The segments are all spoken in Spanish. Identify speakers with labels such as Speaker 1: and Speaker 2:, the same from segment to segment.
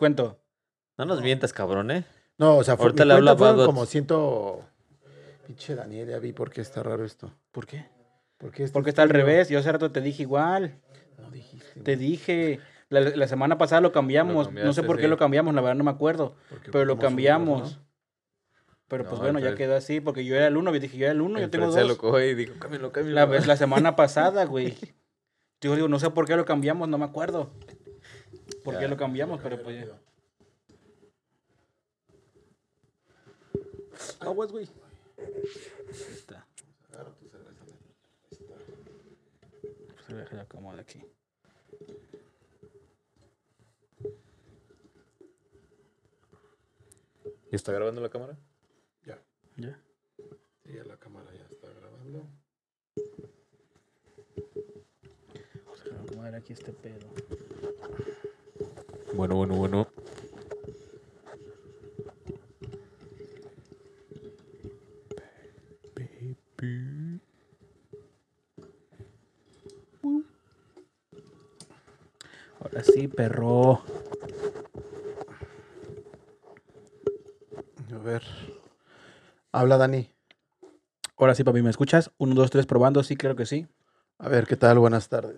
Speaker 1: Cuento.
Speaker 2: No nos mientas, cabrón, ¿eh?
Speaker 3: No, o sea, fue,
Speaker 2: Ahorita
Speaker 3: mi
Speaker 2: le hablo
Speaker 3: cuenta
Speaker 2: a
Speaker 3: fueron
Speaker 2: Badot.
Speaker 3: como ciento... Pinche Daniel, ya vi por qué está raro esto.
Speaker 1: ¿Por qué?
Speaker 3: ¿Por qué este
Speaker 1: Porque está al
Speaker 3: estudio?
Speaker 1: revés. Yo hace rato te dije igual.
Speaker 3: No dijiste.
Speaker 1: Te
Speaker 3: güey.
Speaker 1: dije. La, la semana pasada lo cambiamos. no sé
Speaker 4: cambiaste,
Speaker 1: por qué
Speaker 4: sí.
Speaker 1: lo cambiamos, la verdad no me acuerdo.
Speaker 3: Porque
Speaker 1: Pero lo
Speaker 3: ocupamos
Speaker 1: cambiamos.
Speaker 3: uno,
Speaker 1: Pero pues
Speaker 4: No,
Speaker 1: bueno, ya
Speaker 4: entonces-
Speaker 1: quedó así. Porque yo era el uno. Yo dije, yo era el uno, yo
Speaker 4: El
Speaker 1: tengo
Speaker 4: Fred se
Speaker 1: dos.
Speaker 4: lo coge y dijo, cámbialo, cámbialo.
Speaker 1: La, vez- la semana pasada, güey. Yo digo, no sé por qué lo cambiamos, no me acuerdo. ¿Por qué
Speaker 4: Ya,
Speaker 1: lo cambiamos? Pero pues. ya.
Speaker 3: ¿no? Aguas, güey.
Speaker 1: Pues, voy a dejar acomodo aquí.
Speaker 4: ¿Y está grabando la cámara?
Speaker 3: Ya.
Speaker 1: Ya.
Speaker 3: Sí, ya la cámara ya está grabando.
Speaker 1: Vamos a acomodar aquí este pedo.
Speaker 4: Bueno, bueno, bueno.
Speaker 1: Ahora sí, perro.
Speaker 3: A ver. Habla, Dani.
Speaker 1: Ahora sí, papi, ¿me escuchas? Uno, dos, tres, probando. Sí, claro que sí.
Speaker 3: A ver, ¿qué tal? Buenas tardes.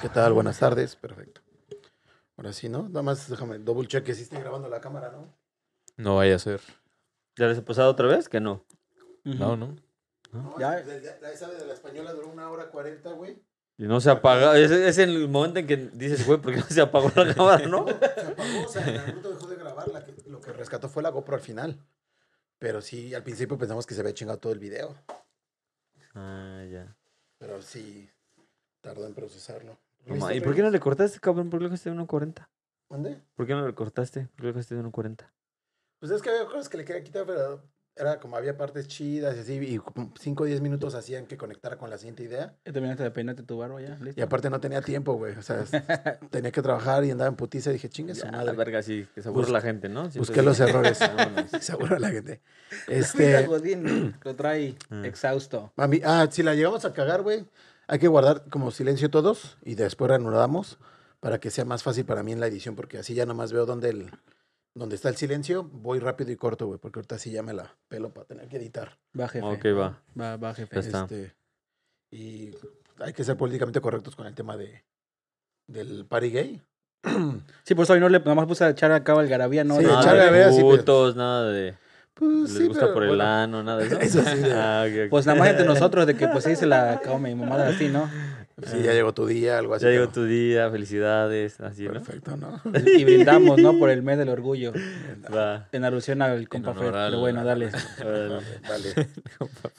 Speaker 3: ¿Qué tal? Buenas tardes. Perfecto. Ahora sí, ¿no? Nada más déjame double check que sí esté grabando la cámara, ¿no?
Speaker 4: No vaya a ser.
Speaker 2: ¿Ya les he pasado otra vez? Que no.
Speaker 4: No, no.
Speaker 1: Ya.
Speaker 3: pues, la- la- esa de la española duró una hora cuarenta, güey.
Speaker 2: Y no se apaga. Es, es en el momento en que dices, güey, ¿por qué no se apagó la cámara, no?
Speaker 3: Se apagó, o sea, en algún momento dejó de grabar. la que- lo que rescató fue la GoPro al final. Pero sí, al principio pensamos que se había chingado todo el video.
Speaker 2: Ah, ya.
Speaker 3: Pero sí, tardó en este procesarlo.
Speaker 2: No ma- ¿Y por qué no le cortaste, cabrón? ¿Por qué le dejaste de 1.40?
Speaker 3: ¿Dónde?
Speaker 2: ¿Por qué no le cortaste? ¿Por qué le dejaste de 1.40?
Speaker 3: Pues es que había cosas que le quería quitar, pero era como había partes chidas y así, y 5 o 10 minutos hacían que conectara con la siguiente idea.
Speaker 1: Ya Terminaste de peinarte tu barba ya.
Speaker 3: Y
Speaker 1: ¿Listo?
Speaker 3: aparte no tenía tiempo, güey. O sea, es- tenía que trabajar y andaba en putiza y dije, chingue su
Speaker 2: Ya,
Speaker 3: madre.
Speaker 2: verga, sí, que se aburre
Speaker 3: Bus-
Speaker 2: la gente, ¿no? Siempre "Ah,
Speaker 3: busqué
Speaker 2: es-
Speaker 3: los errores.
Speaker 2: Vámonos.
Speaker 3: Seguro la gente.
Speaker 1: Mira,
Speaker 3: Este,
Speaker 1: Godín, lo trae
Speaker 2: Ah.
Speaker 1: exhausto.
Speaker 3: mami, ah, si la llegamos a cagar, güey, hay que guardar como silencio todos y después reanudamos para que sea más fácil para mí en la edición, porque así ya nomás veo dónde, el, dónde está el silencio, voy rápido y corto, güey, porque ahorita sí ya me la pelo para tener que editar.
Speaker 1: Va, jefe.
Speaker 2: Ok, va.
Speaker 1: Va, va, jefe.
Speaker 2: Ya está.
Speaker 3: Este, y hay que ser políticamente correctos con el tema de del party gay.
Speaker 1: Sí, pues hoy no le, nada más puse a echar acá algarabía, ¿no?
Speaker 3: Sí,
Speaker 1: Nada
Speaker 2: Nada
Speaker 3: echarle
Speaker 1: de-
Speaker 3: a ver
Speaker 2: de
Speaker 3: así, pues.
Speaker 2: putos, nada de...
Speaker 3: Pues
Speaker 2: Les
Speaker 3: sí,
Speaker 2: gusta
Speaker 3: pero
Speaker 2: por el
Speaker 3: bueno,
Speaker 2: ano, nada de eso.
Speaker 3: Eso sí, de-
Speaker 2: Ah, ok, ok.
Speaker 1: Pues nada más entre nosotros, de que pues sí se la come mi mamá así, ¿no?
Speaker 3: sí, ya llegó tu día, algo así.
Speaker 2: Ya llegó
Speaker 3: pero-
Speaker 2: tu día, felicidades, así, ¿no?
Speaker 3: Perfecto, ¿no?
Speaker 1: Y brindamos, ¿no? Por el mes del orgullo.
Speaker 2: Va.
Speaker 1: En alusión al compa Fer.
Speaker 4: honor al-
Speaker 1: Pero bueno, dale.
Speaker 2: Órale,
Speaker 3: Vale.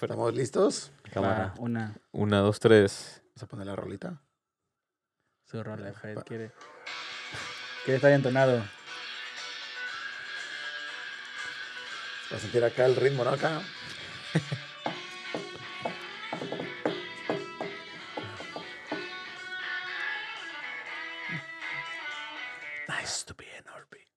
Speaker 3: ¿Estamos listos?
Speaker 2: cámara.
Speaker 1: Va, una.
Speaker 4: Una, dos, tres.
Speaker 3: Vamos a poner la rolita.
Speaker 1: Su rola de Fer. Quiere, quiere estar entonado.
Speaker 3: Para sentir acá el ritmo, ¿no? Acá. Nice to be in orbit.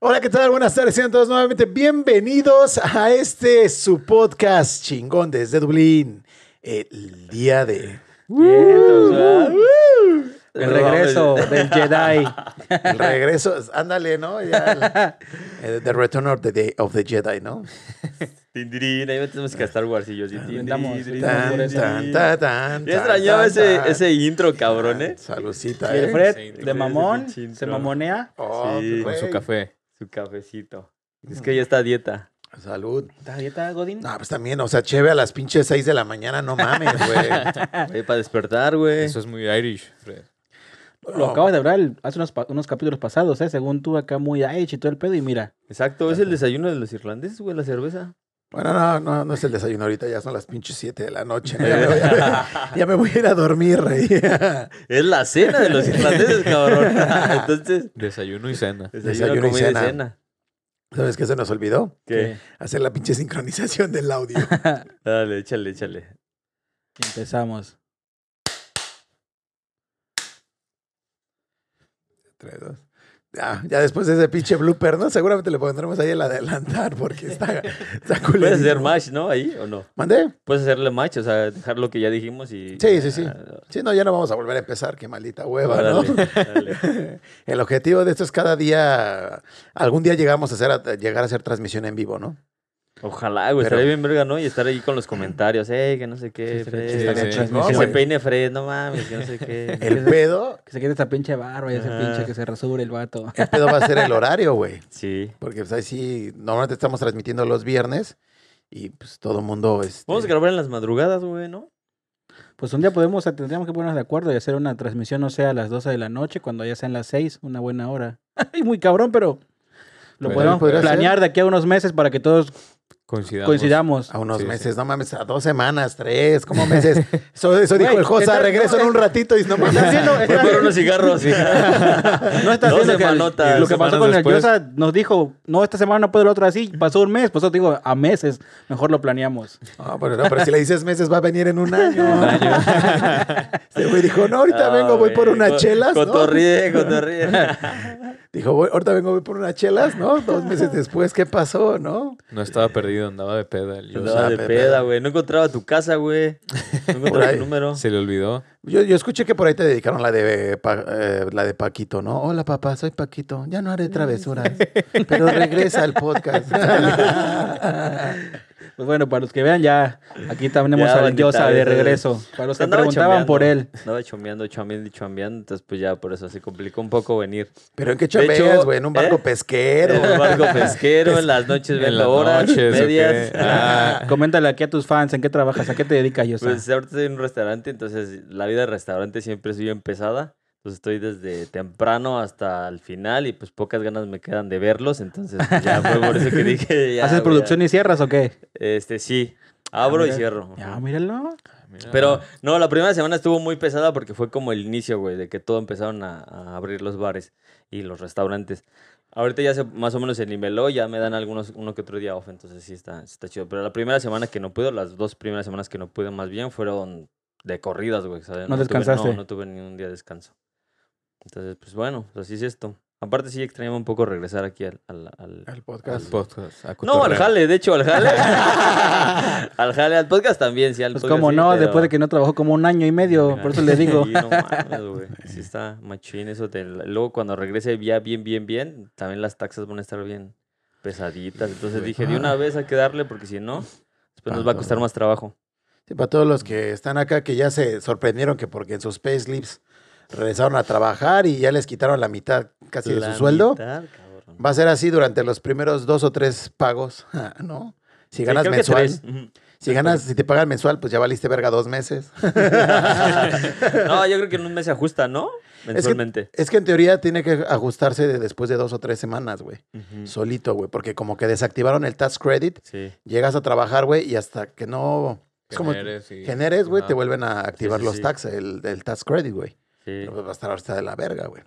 Speaker 3: Hola, ¿qué tal? Buenas tardes, sean todos nuevamente bienvenidos a este su podcast chingón desde Dublín. El día de
Speaker 1: El regreso
Speaker 2: eh,
Speaker 1: del Jedi.
Speaker 3: el regreso, ándale, ¿no? Ya el- el- the Return of the, Day of the Jedi, ¿no?
Speaker 2: Tindirín, ahí metemos que a Star Wars y yo. sí, tindirín,
Speaker 1: Brindamos,
Speaker 2: tindirín,
Speaker 1: brindamos por
Speaker 3: Tan,
Speaker 1: eso.
Speaker 3: tan,
Speaker 2: tindirín.
Speaker 3: ta, tan,
Speaker 2: Ya
Speaker 3: tan,
Speaker 2: extrañaba
Speaker 3: tan,
Speaker 2: ese,
Speaker 3: tan.
Speaker 2: ese intro, cabrón, ¿eh?
Speaker 3: Salucita,
Speaker 1: Y el
Speaker 3: ¿eh?
Speaker 1: Fred,
Speaker 4: Sí,
Speaker 1: de mamón,
Speaker 2: sí,
Speaker 1: se
Speaker 2: sí.
Speaker 1: mamonea.
Speaker 3: Oh,
Speaker 2: Sí.
Speaker 4: Con su
Speaker 3: güey.
Speaker 4: café.
Speaker 2: Su cafecito. Es que ya está a dieta.
Speaker 3: Salud.
Speaker 1: ¿Estás a dieta, Godín?
Speaker 3: No, pues también, o sea, cheve a las pinches 6 de la mañana, no mames, güey.
Speaker 2: Güey, para despertar, güey.
Speaker 4: Eso es muy Irish, Fred.
Speaker 1: Lo acabas de hablar el- hace unos, pa- unos capítulos pasados, ¿eh? Según tú, acá muy ay, y todo el pedo. Y mira,
Speaker 2: Exacto, es el desayuno de los irlandeses, güey, la cerveza.
Speaker 3: Bueno, no, no, no es el desayuno ahorita, ya son las pinches 7 de la noche. ¿no? Ya, me voy a, ya me voy a ir a dormir, rey.
Speaker 2: Es la cena de los irlandeses, cabrón. Entonces,
Speaker 4: Desayuno y cena.
Speaker 2: desayuno,
Speaker 3: Desayuno y
Speaker 2: comida y
Speaker 3: cena.
Speaker 2: cena.
Speaker 3: ¿Sabes qué se nos olvidó?
Speaker 2: ¿Qué?
Speaker 3: Hacer la pinche sincronización del audio.
Speaker 2: Dale, échale, échale.
Speaker 1: empezamos.
Speaker 3: 3, 2. Ya, Ah, ya después de ese pinche blooper, ¿no? Seguramente le pondremos ahí el adelantar porque está, está
Speaker 2: Puedes hacer
Speaker 3: culerísimo.
Speaker 2: match, ¿no? Ahí o no.
Speaker 3: ¿Mandé?
Speaker 2: Puedes hacerle match, o sea, dejar lo que ya dijimos y.
Speaker 3: Sí, sí, sí.
Speaker 2: Ah,
Speaker 3: Sí, no, ya no vamos a volver a empezar, qué maldita hueva, ¿no?
Speaker 2: órale, órale.
Speaker 3: El objetivo de esto es cada día, algún día llegamos a hacer, a- llegar a hacer transmisión en vivo, ¿no?
Speaker 2: Ojalá, güey,
Speaker 3: Pero-
Speaker 2: estaría bien verga, ¿no? Y estar ahí con los comentarios, eh, que no sé qué, Fred.
Speaker 4: chido, estaría
Speaker 2: que
Speaker 4: chingón,
Speaker 2: se
Speaker 3: güey.
Speaker 2: peine Fred, no mames, que no sé qué.
Speaker 3: El pedo,
Speaker 1: Que se quede esta pinche barba y ese
Speaker 2: Ajá.
Speaker 1: pinche que se rasure el vato.
Speaker 3: el pedo va a ser el horario, güey.
Speaker 2: Sí.
Speaker 3: Porque pues ahí sí, normalmente estamos transmitiendo los viernes y pues todo mundo es...
Speaker 2: Vamos a grabar en las madrugadas, güey, ¿no?
Speaker 1: Pues un día podemos, tendríamos que ponernos de acuerdo y hacer una transmisión, no sé, a las 12 de la noche, cuando ya sean las 6, una buena hora. Ay, muy cabrón, pero lo
Speaker 4: Pues,
Speaker 1: podemos
Speaker 3: podría ser.
Speaker 1: planear de aquí a unos meses para que todos
Speaker 4: Coincidamos.
Speaker 1: coincidamos.
Speaker 3: A unos
Speaker 4: Sí, sí.
Speaker 3: meses, no mames, a dos semanas, tres, ¿cómo meses? Eso, eso dijo
Speaker 1: Güey,
Speaker 3: el Josa,
Speaker 1: está-
Speaker 3: regreso en un ratito y no mames.
Speaker 1: Está haciendo-
Speaker 2: Voy
Speaker 1: está-
Speaker 2: por unos cigarros.
Speaker 1: no está
Speaker 2: Dos
Speaker 1: haciendo que-
Speaker 2: semanotas,
Speaker 1: lo que
Speaker 4: semanas
Speaker 1: pasó con el
Speaker 4: después.
Speaker 1: Yosa nos dijo, no, esta semana no puedo, la otra así. Pasó un mes, pasó, te digo, a meses. Mejor lo planeamos.
Speaker 3: No, pero, no, pero si le dices meses, va a venir en un año. Este güey dijo, no,
Speaker 2: Ah,
Speaker 3: ahorita vengo, voy por unas chelas, ¿no?
Speaker 2: Cotorríe, cotorríe.
Speaker 3: Dijo, "Voy- ahorita vengo, voy por unas chelas, ¿no? Dos meses después, ¿qué pasó, no?
Speaker 4: No estaba perdido, andaba de peda. el Yosa.
Speaker 2: Andaba de
Speaker 3: sabe,
Speaker 2: peda,
Speaker 3: pero-
Speaker 2: güey. No encontraba tu casa, güey. No encontraba
Speaker 3: ahí.
Speaker 2: tu número.
Speaker 4: Se le olvidó.
Speaker 3: Yo, yo escuché que por ahí te dedicaron la de, eh, Pa- eh, la de Paquito, ¿no? Hola, papá, soy Paquito. Ya no haré travesuras, pero regresa al podcast.
Speaker 1: Pues bueno, para los que vean, ya aquí tenemos
Speaker 2: Ya,
Speaker 1: al
Speaker 2: bandita,
Speaker 1: Yosa de
Speaker 2: ya se-
Speaker 1: regreso. Para los que
Speaker 2: Andaba
Speaker 1: preguntaban por él.
Speaker 2: chambeando, Andaba chambeando, chambeando y chambeando. Entonces, pues ya por eso se complicó un poco venir.
Speaker 3: ¿Pero en qué
Speaker 2: De hecho,
Speaker 3: chopeas, güey? ¿En un barco
Speaker 2: ¿eh?
Speaker 3: pesquero?
Speaker 2: En el barco pesquero, en las noches,
Speaker 4: En las
Speaker 2: viendo horas,
Speaker 4: noches, ¿o
Speaker 2: medias.
Speaker 4: qué? Ah.
Speaker 1: Coméntale aquí a tus fans en qué trabajas, a qué te dedicas, Yosa.
Speaker 2: Pues ahorita estoy en un restaurante, entonces la vida de restaurante siempre es bien pesada. Pues estoy desde temprano hasta el final y pues pocas ganas me quedan de verlos. Entonces pues, ya fue por eso que dije. ya,
Speaker 1: ¿Haces
Speaker 2: güey,
Speaker 1: producción y cierras o qué?
Speaker 2: Este, sí. Abro y
Speaker 1: mira.
Speaker 2: cierro.
Speaker 1: Ya,
Speaker 2: Ujú.
Speaker 1: míralo.
Speaker 4: Mira.
Speaker 2: Pero no, la primera semana estuvo muy pesada porque fue como el inicio, güey, de que todo empezaron a, a abrir los bares y los restaurantes. Ahorita ya se, más o menos se niveló, ya me dan algunos uno que otro día off, entonces sí está, está chido. Pero la primera semana que no pude, las dos primeras semanas que no pude más bien fueron de corridas, güey. o sea,
Speaker 1: No
Speaker 2: tuve-
Speaker 1: descansaste.
Speaker 2: no, no tuve ni un día de descanso. Entonces, pues bueno, así es esto. Aparte sí extrañaba un poco regresar aquí al- al- al,
Speaker 3: Al
Speaker 4: Al
Speaker 3: podcast.
Speaker 4: podcast,
Speaker 2: no,
Speaker 4: a
Speaker 2: al
Speaker 4: cotorrear.
Speaker 2: jale, de hecho, al jale. al jale, al podcast también, sí, al
Speaker 1: Pues
Speaker 2: podcast
Speaker 1: como
Speaker 2: sí,
Speaker 1: no,
Speaker 2: pero-
Speaker 1: después de que no trabajó como un año y medio, por eso le digo.
Speaker 2: Sí, no mames, güey. Sí está machín eso. del- Luego cuando regrese ya bien, bien, bien, también las taxas van a estar bien pesaditas. Entonces dije,
Speaker 1: Ah.
Speaker 2: de una vez hay que darle porque si no, después nos va a costar más trabajo.
Speaker 3: Sí, para todos los que están acá que ya se sorprendieron que porque en sus payslips regresaron a trabajar y ya les quitaron la mitad casi de
Speaker 2: La
Speaker 3: su sueldo,
Speaker 2: mitad, cabrón.
Speaker 3: va a ser así durante los primeros dos o tres pagos, ¿no? Si
Speaker 2: Sí,
Speaker 3: ganas
Speaker 2: creo que
Speaker 3: mensual,
Speaker 2: tres. Ujú.
Speaker 3: si ganas, si te pagan mensual, pues ya valiste verga dos meses.
Speaker 2: no, yo creo que en un mes se ajusta, ¿no?
Speaker 3: Es que,
Speaker 2: Mensualmente.
Speaker 3: es que en teoría tiene que ajustarse de después de dos o tres semanas, güey.
Speaker 2: Ujú.
Speaker 3: Solito, güey, porque como que desactivaron el tax credit,
Speaker 2: Sí.
Speaker 3: llegas a trabajar, güey, y hasta que no es como
Speaker 4: Generes y-
Speaker 3: generes, güey,
Speaker 4: Ajá.
Speaker 3: te vuelven a activar
Speaker 2: sí,
Speaker 3: los
Speaker 2: sí.
Speaker 3: tax, el, el tax credit, güey.
Speaker 2: Sí.
Speaker 3: Pero, pues, va a estar hasta de la verga, güey.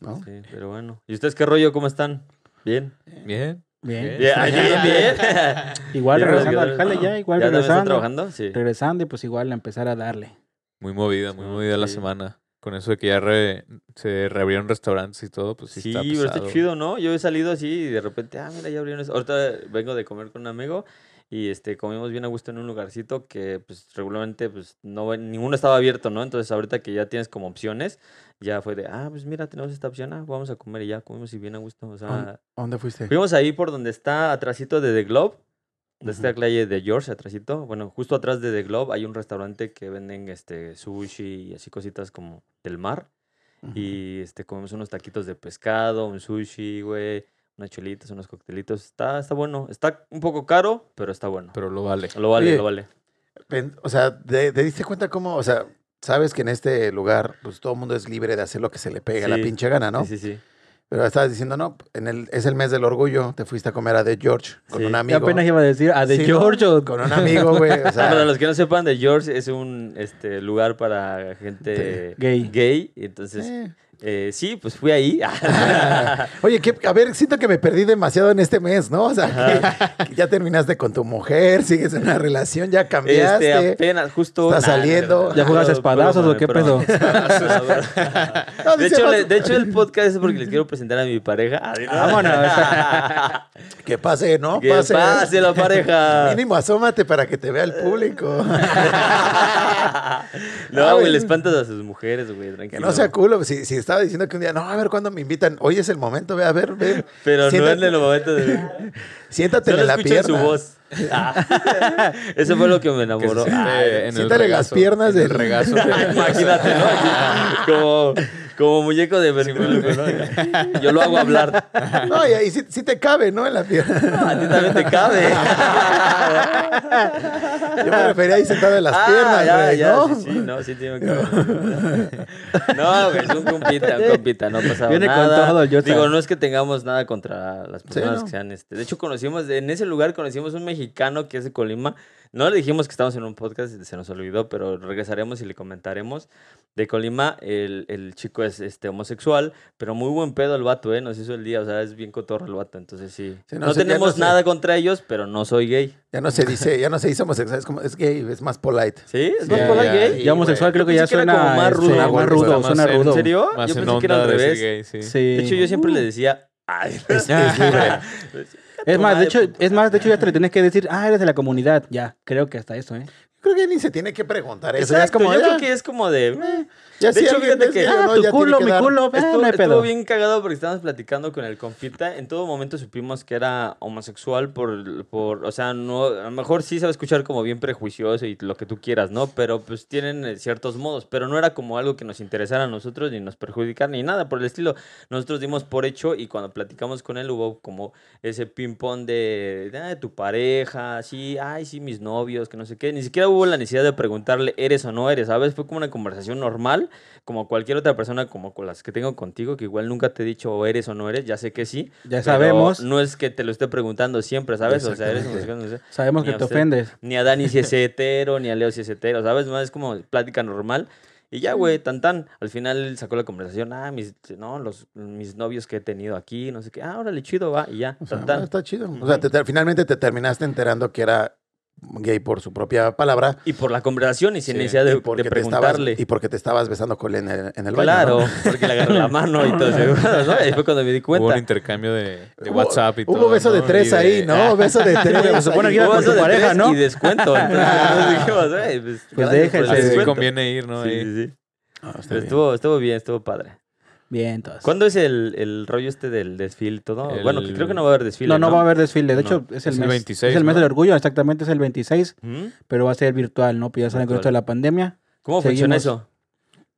Speaker 3: ¿No?
Speaker 2: Sí, pero bueno. ¿Y ustedes qué rollo? ¿Cómo están? ¿Bien?
Speaker 4: Bien.
Speaker 1: Bien.
Speaker 4: Bien,
Speaker 2: bien, bien.
Speaker 1: Igual
Speaker 2: Ya,
Speaker 1: regresando
Speaker 2: ya,
Speaker 1: al jale ya, igual
Speaker 2: ¿Ya también están
Speaker 1: regresando.
Speaker 2: trabajando? Sí.
Speaker 1: Regresando y pues igual a empezar a darle.
Speaker 4: Muy movida, muy
Speaker 2: Sí,
Speaker 4: movida la
Speaker 2: sí.
Speaker 4: semana. Con eso de que ya re- se reabrieron restaurantes y todo, pues sí,
Speaker 2: Sí,
Speaker 4: está
Speaker 2: pero está
Speaker 4: pesado.
Speaker 2: chido, ¿no? Yo he salido así y de repente, ah, mira, ya abrieron eso. Ahorita vengo de comer con un amigo y este comimos bien a gusto en un lugarcito que pues regularmente pues no ninguno estaba abierto, ¿no? Entonces ahorita que ya tienes como opciones, ya fue de, ah, pues mira, tenemos esta opción, ah, vamos a comer y ya comimos y bien a gusto, o sea,
Speaker 3: ¿A dónde fuiste?
Speaker 2: Fuimos ahí por donde está atrasito de The Globe. De esta calle de George, atrasito. Bueno, justo atrás de The Globe hay un restaurante que venden este sushi y así cositas como del mar. Y este comemos unos taquitos de pescado, un sushi, güey, unas chelitas, unos coctelitos. Está, está bueno. Está un poco caro, pero está bueno.
Speaker 4: Pero lo vale.
Speaker 2: lo vale,
Speaker 3: Oye,
Speaker 2: lo vale.
Speaker 3: Pen- O sea, ¿te, te diste cuenta cómo? O sea, sabes que en este lugar, pues todo el mundo es libre de hacer lo que se le pegue la
Speaker 2: Sí,
Speaker 3: pinche gana, ¿no?
Speaker 2: Sí, sí, sí.
Speaker 3: Pero estabas diciendo, no, en el, es el mes del orgullo, te fuiste a comer a The George con
Speaker 2: Sí.
Speaker 3: un
Speaker 2: Ya
Speaker 1: Yo
Speaker 3: amigo.
Speaker 1: apenas iba a decir, a de
Speaker 3: Sí, ¿no?
Speaker 1: George o-
Speaker 3: Con un amigo, güey. O
Speaker 2: Ah, para
Speaker 3: sea,
Speaker 2: los que no sepan, The George es un este, lugar para gente
Speaker 1: Gay.
Speaker 2: gay. y Entonces,
Speaker 3: eh,
Speaker 2: Eh, sí, pues fui ahí.
Speaker 3: Oye, que, a ver, siento que me perdí demasiado en este mes, ¿no? O sea, que- que ya terminaste con tu mujer, sigues en una relación, ya cambiaste.
Speaker 2: este, apenas, justo.
Speaker 3: Está
Speaker 2: Nah, no, no,
Speaker 3: saliendo.
Speaker 2: no,
Speaker 1: ¿Ya jugas
Speaker 2: no,
Speaker 1: espadazos
Speaker 2: broma,
Speaker 1: o qué pedo?
Speaker 2: broma.
Speaker 3: No,
Speaker 2: De
Speaker 3: dice
Speaker 2: hecho,
Speaker 3: más-
Speaker 2: le- de hecho, el podcast es porque les quiero presentar a mi pareja. Ay, no.
Speaker 1: Vámonos.
Speaker 3: que pase, ¿no?
Speaker 2: que pase. la pareja.
Speaker 3: Mínimo, asómate para que te vea el público.
Speaker 2: no, güey, le espantas a sus mujeres, güey,
Speaker 3: Ah, Que
Speaker 2: tranquilo.
Speaker 3: no sea culo. Si, si estaba diciendo que un día, no, a ver cuándo me invitan. Hoy es el momento, ve a ver, ve.
Speaker 2: Pero no
Speaker 3: siéntate,
Speaker 2: en el momento de...
Speaker 3: Siéntate
Speaker 2: Solo
Speaker 3: en la
Speaker 2: escuchan
Speaker 3: pierna.
Speaker 2: su voz. Ah. Eso fue lo que me
Speaker 4: Que se
Speaker 2: enamoró.
Speaker 4: siente
Speaker 2: Ah,
Speaker 4: en el
Speaker 3: siéntale las
Speaker 4: regazo,
Speaker 3: piernas
Speaker 4: en el
Speaker 3: del-
Speaker 4: regazo. de-
Speaker 2: Imagínate, ¿no? Así, Como, como muñeco de Bermejo, ¿no? Yo lo hago hablar.
Speaker 3: No, y ahí sí, sí te cabe, ¿no? En la pierna.
Speaker 2: A ti también te cabe.
Speaker 3: Yo me refería ahí sentado en las
Speaker 2: Ah,
Speaker 3: piernas,
Speaker 2: ya,
Speaker 3: güey,
Speaker 2: ya,
Speaker 3: ¿no?
Speaker 2: Sí, sí, no, sí tiene que No, güey, es un compita, un compita, no ha pasado
Speaker 1: Viene con
Speaker 2: nada.
Speaker 1: todo el Jota.
Speaker 2: Digo, no es que tengamos nada contra las personas
Speaker 3: no.
Speaker 2: que sean este. De hecho, conocimos, en ese lugar conocimos un mexicano que es de Colima. No le dijimos que estamos en un podcast, se nos olvidó, pero regresaremos y le comentaremos. De Colima, el, el chico es este homosexual, pero muy buen pedo el vato, ¿eh? Nos hizo el día, o sea, es bien cotorro el vato, entonces sí.
Speaker 3: Sí, no
Speaker 2: no
Speaker 3: sé, ya
Speaker 2: tenemos
Speaker 3: no sé.
Speaker 2: nada contra ellos, pero no soy gay.
Speaker 3: Ya no se dice, ya no se dice homosexual, es como, es gay, es más polite.
Speaker 2: ¿Sí? ¿Es
Speaker 4: Sí,
Speaker 2: más
Speaker 4: ya,
Speaker 2: por la
Speaker 4: ya.
Speaker 2: gay?
Speaker 4: Sí,
Speaker 1: ya ¿eh? homosexual creo que
Speaker 2: Yo
Speaker 1: ya
Speaker 2: pensé que era
Speaker 1: suena
Speaker 2: como más
Speaker 1: este,
Speaker 2: rudo,
Speaker 1: más
Speaker 2: güey,
Speaker 1: rudo,
Speaker 4: está más
Speaker 1: suena
Speaker 4: en-
Speaker 1: rudo.
Speaker 2: ¿En serio?
Speaker 4: Más
Speaker 2: Yo
Speaker 4: en
Speaker 2: pensé que era
Speaker 4: onda
Speaker 2: al
Speaker 4: de ser
Speaker 2: revés.
Speaker 4: gay, sí.
Speaker 1: Sí.
Speaker 2: De hecho, yo siempre le decía, ay, es, es
Speaker 1: Es más, de hecho, es más, de hecho ya te le tienes que decir, ah, eres de la comunidad. Ya, creo que hasta eso, ¿eh?
Speaker 3: Creo que ni se tiene que preguntar eso.
Speaker 2: Exacto,
Speaker 3: ya Eh, es como,
Speaker 2: yo
Speaker 3: ya,
Speaker 2: creo que es como de... "Meh".
Speaker 3: ya
Speaker 2: de
Speaker 3: si
Speaker 2: hecho,
Speaker 3: alguien
Speaker 2: fíjate
Speaker 3: es
Speaker 2: que-
Speaker 3: gay o
Speaker 1: Ah,
Speaker 3: no,
Speaker 1: tu
Speaker 3: ya tiene
Speaker 1: culo,
Speaker 3: que
Speaker 1: mi
Speaker 3: dar-
Speaker 1: culo, eh,
Speaker 2: Estuvo,
Speaker 1: no hay
Speaker 2: estuvo
Speaker 1: pedo.
Speaker 2: bien cagado porque estábamos platicando con el confita. En todo momento supimos que era homosexual por, por... O sea, no, a lo mejor sí se va a escuchar como bien prejuicioso y lo que tú quieras, ¿no? Pero pues tienen eh, ciertos modos. Pero no era como algo que nos interesara a nosotros ni nos perjudicara ni nada por el estilo. Nosotros dimos por hecho y cuando platicamos con él hubo como ese ping-pong de, de, "Ah, tu pareja, sí, ay, sí, mis novios, que no sé qué. Ni siquiera hubo la necesidad de preguntarle, eres o no eres, ¿sabes? Fue como una conversación normal, como cualquier otra persona, como con las que tengo contigo, que igual nunca te he dicho "O eres o no eres, ya sé que sí.
Speaker 1: Ya
Speaker 2: pero
Speaker 1: sabemos.
Speaker 2: No es que te lo esté preguntando siempre, ¿sabes? O sea, eres
Speaker 3: Exactamente.
Speaker 2: homosexual, no sé.
Speaker 1: Sabemos
Speaker 2: Ni
Speaker 1: que
Speaker 2: a
Speaker 1: te
Speaker 2: usted.
Speaker 1: ofendes.
Speaker 2: Ni a Dani si es hetero, ni a Leo si es hetero, ¿sabes? Más es como plática normal. Y ya, güey, tan tan. Al final sacó la conversación, ah, mis, no, los, mis novios que he tenido aquí, no sé qué. Ah, órale, chido, va. Y ya,
Speaker 3: O sea,
Speaker 2: tan tan.
Speaker 3: está chido. O sea, te- te- finalmente te terminaste enterando que era gay por su propia palabra. eh,
Speaker 2: Y por la conversación y sin
Speaker 4: Sí,
Speaker 2: necesidad
Speaker 3: y
Speaker 2: de, de
Speaker 3: porque te estabas-
Speaker 2: preguntarle.
Speaker 3: y porque te estabas besando con él en el, en el baño.
Speaker 2: claro,
Speaker 3: ¿no?
Speaker 2: porque le agarré la mano y todo eso. ¿no? Ahí fue cuando me di
Speaker 4: Hubo un
Speaker 2: cuenta.
Speaker 4: intercambio de, de
Speaker 3: Hubo-
Speaker 4: WhatsApp y
Speaker 3: Hubo
Speaker 4: todo.
Speaker 3: beso de
Speaker 4: ¿no?
Speaker 3: tres
Speaker 4: Y
Speaker 3: ahí, ¿no? Beso de tres.
Speaker 1: se
Speaker 3: Ah,
Speaker 1: supone que iba
Speaker 2: Hubo
Speaker 1: con
Speaker 2: eso
Speaker 1: su
Speaker 2: de
Speaker 1: pareja,
Speaker 2: tres
Speaker 1: ¿no?
Speaker 2: Y descuento. Entonces, entonces dijimos, "Ey, pues, gracias por el
Speaker 1: déjense.
Speaker 4: Así sí
Speaker 2: descuento".
Speaker 4: conviene ir, ¿no?
Speaker 2: Sí,
Speaker 4: Ahí.
Speaker 2: sí, sí.
Speaker 3: Ah, está
Speaker 2: Pero
Speaker 3: bien.
Speaker 2: Estuvo, estuvo bien, estuvo padre.
Speaker 1: Bien, entonces.
Speaker 2: ¿Cuándo es el, el rollo este del desfile y todo? Bueno, que
Speaker 4: El-
Speaker 2: creo que no va a haber desfile.
Speaker 1: No, no va a haber desfile. De
Speaker 2: No.
Speaker 1: hecho, es el,
Speaker 4: Es el
Speaker 1: mes,
Speaker 4: 26,
Speaker 1: es el mes
Speaker 4: ¿no?
Speaker 1: del orgullo, exactamente es el 26,
Speaker 2: ¿Mm?
Speaker 1: pero va a ser virtual, ¿no? Pues ya saben con
Speaker 2: Virtual.
Speaker 1: esto de la pandemia.
Speaker 2: ¿Cómo funciona
Speaker 1: Seguimos.
Speaker 2: eso?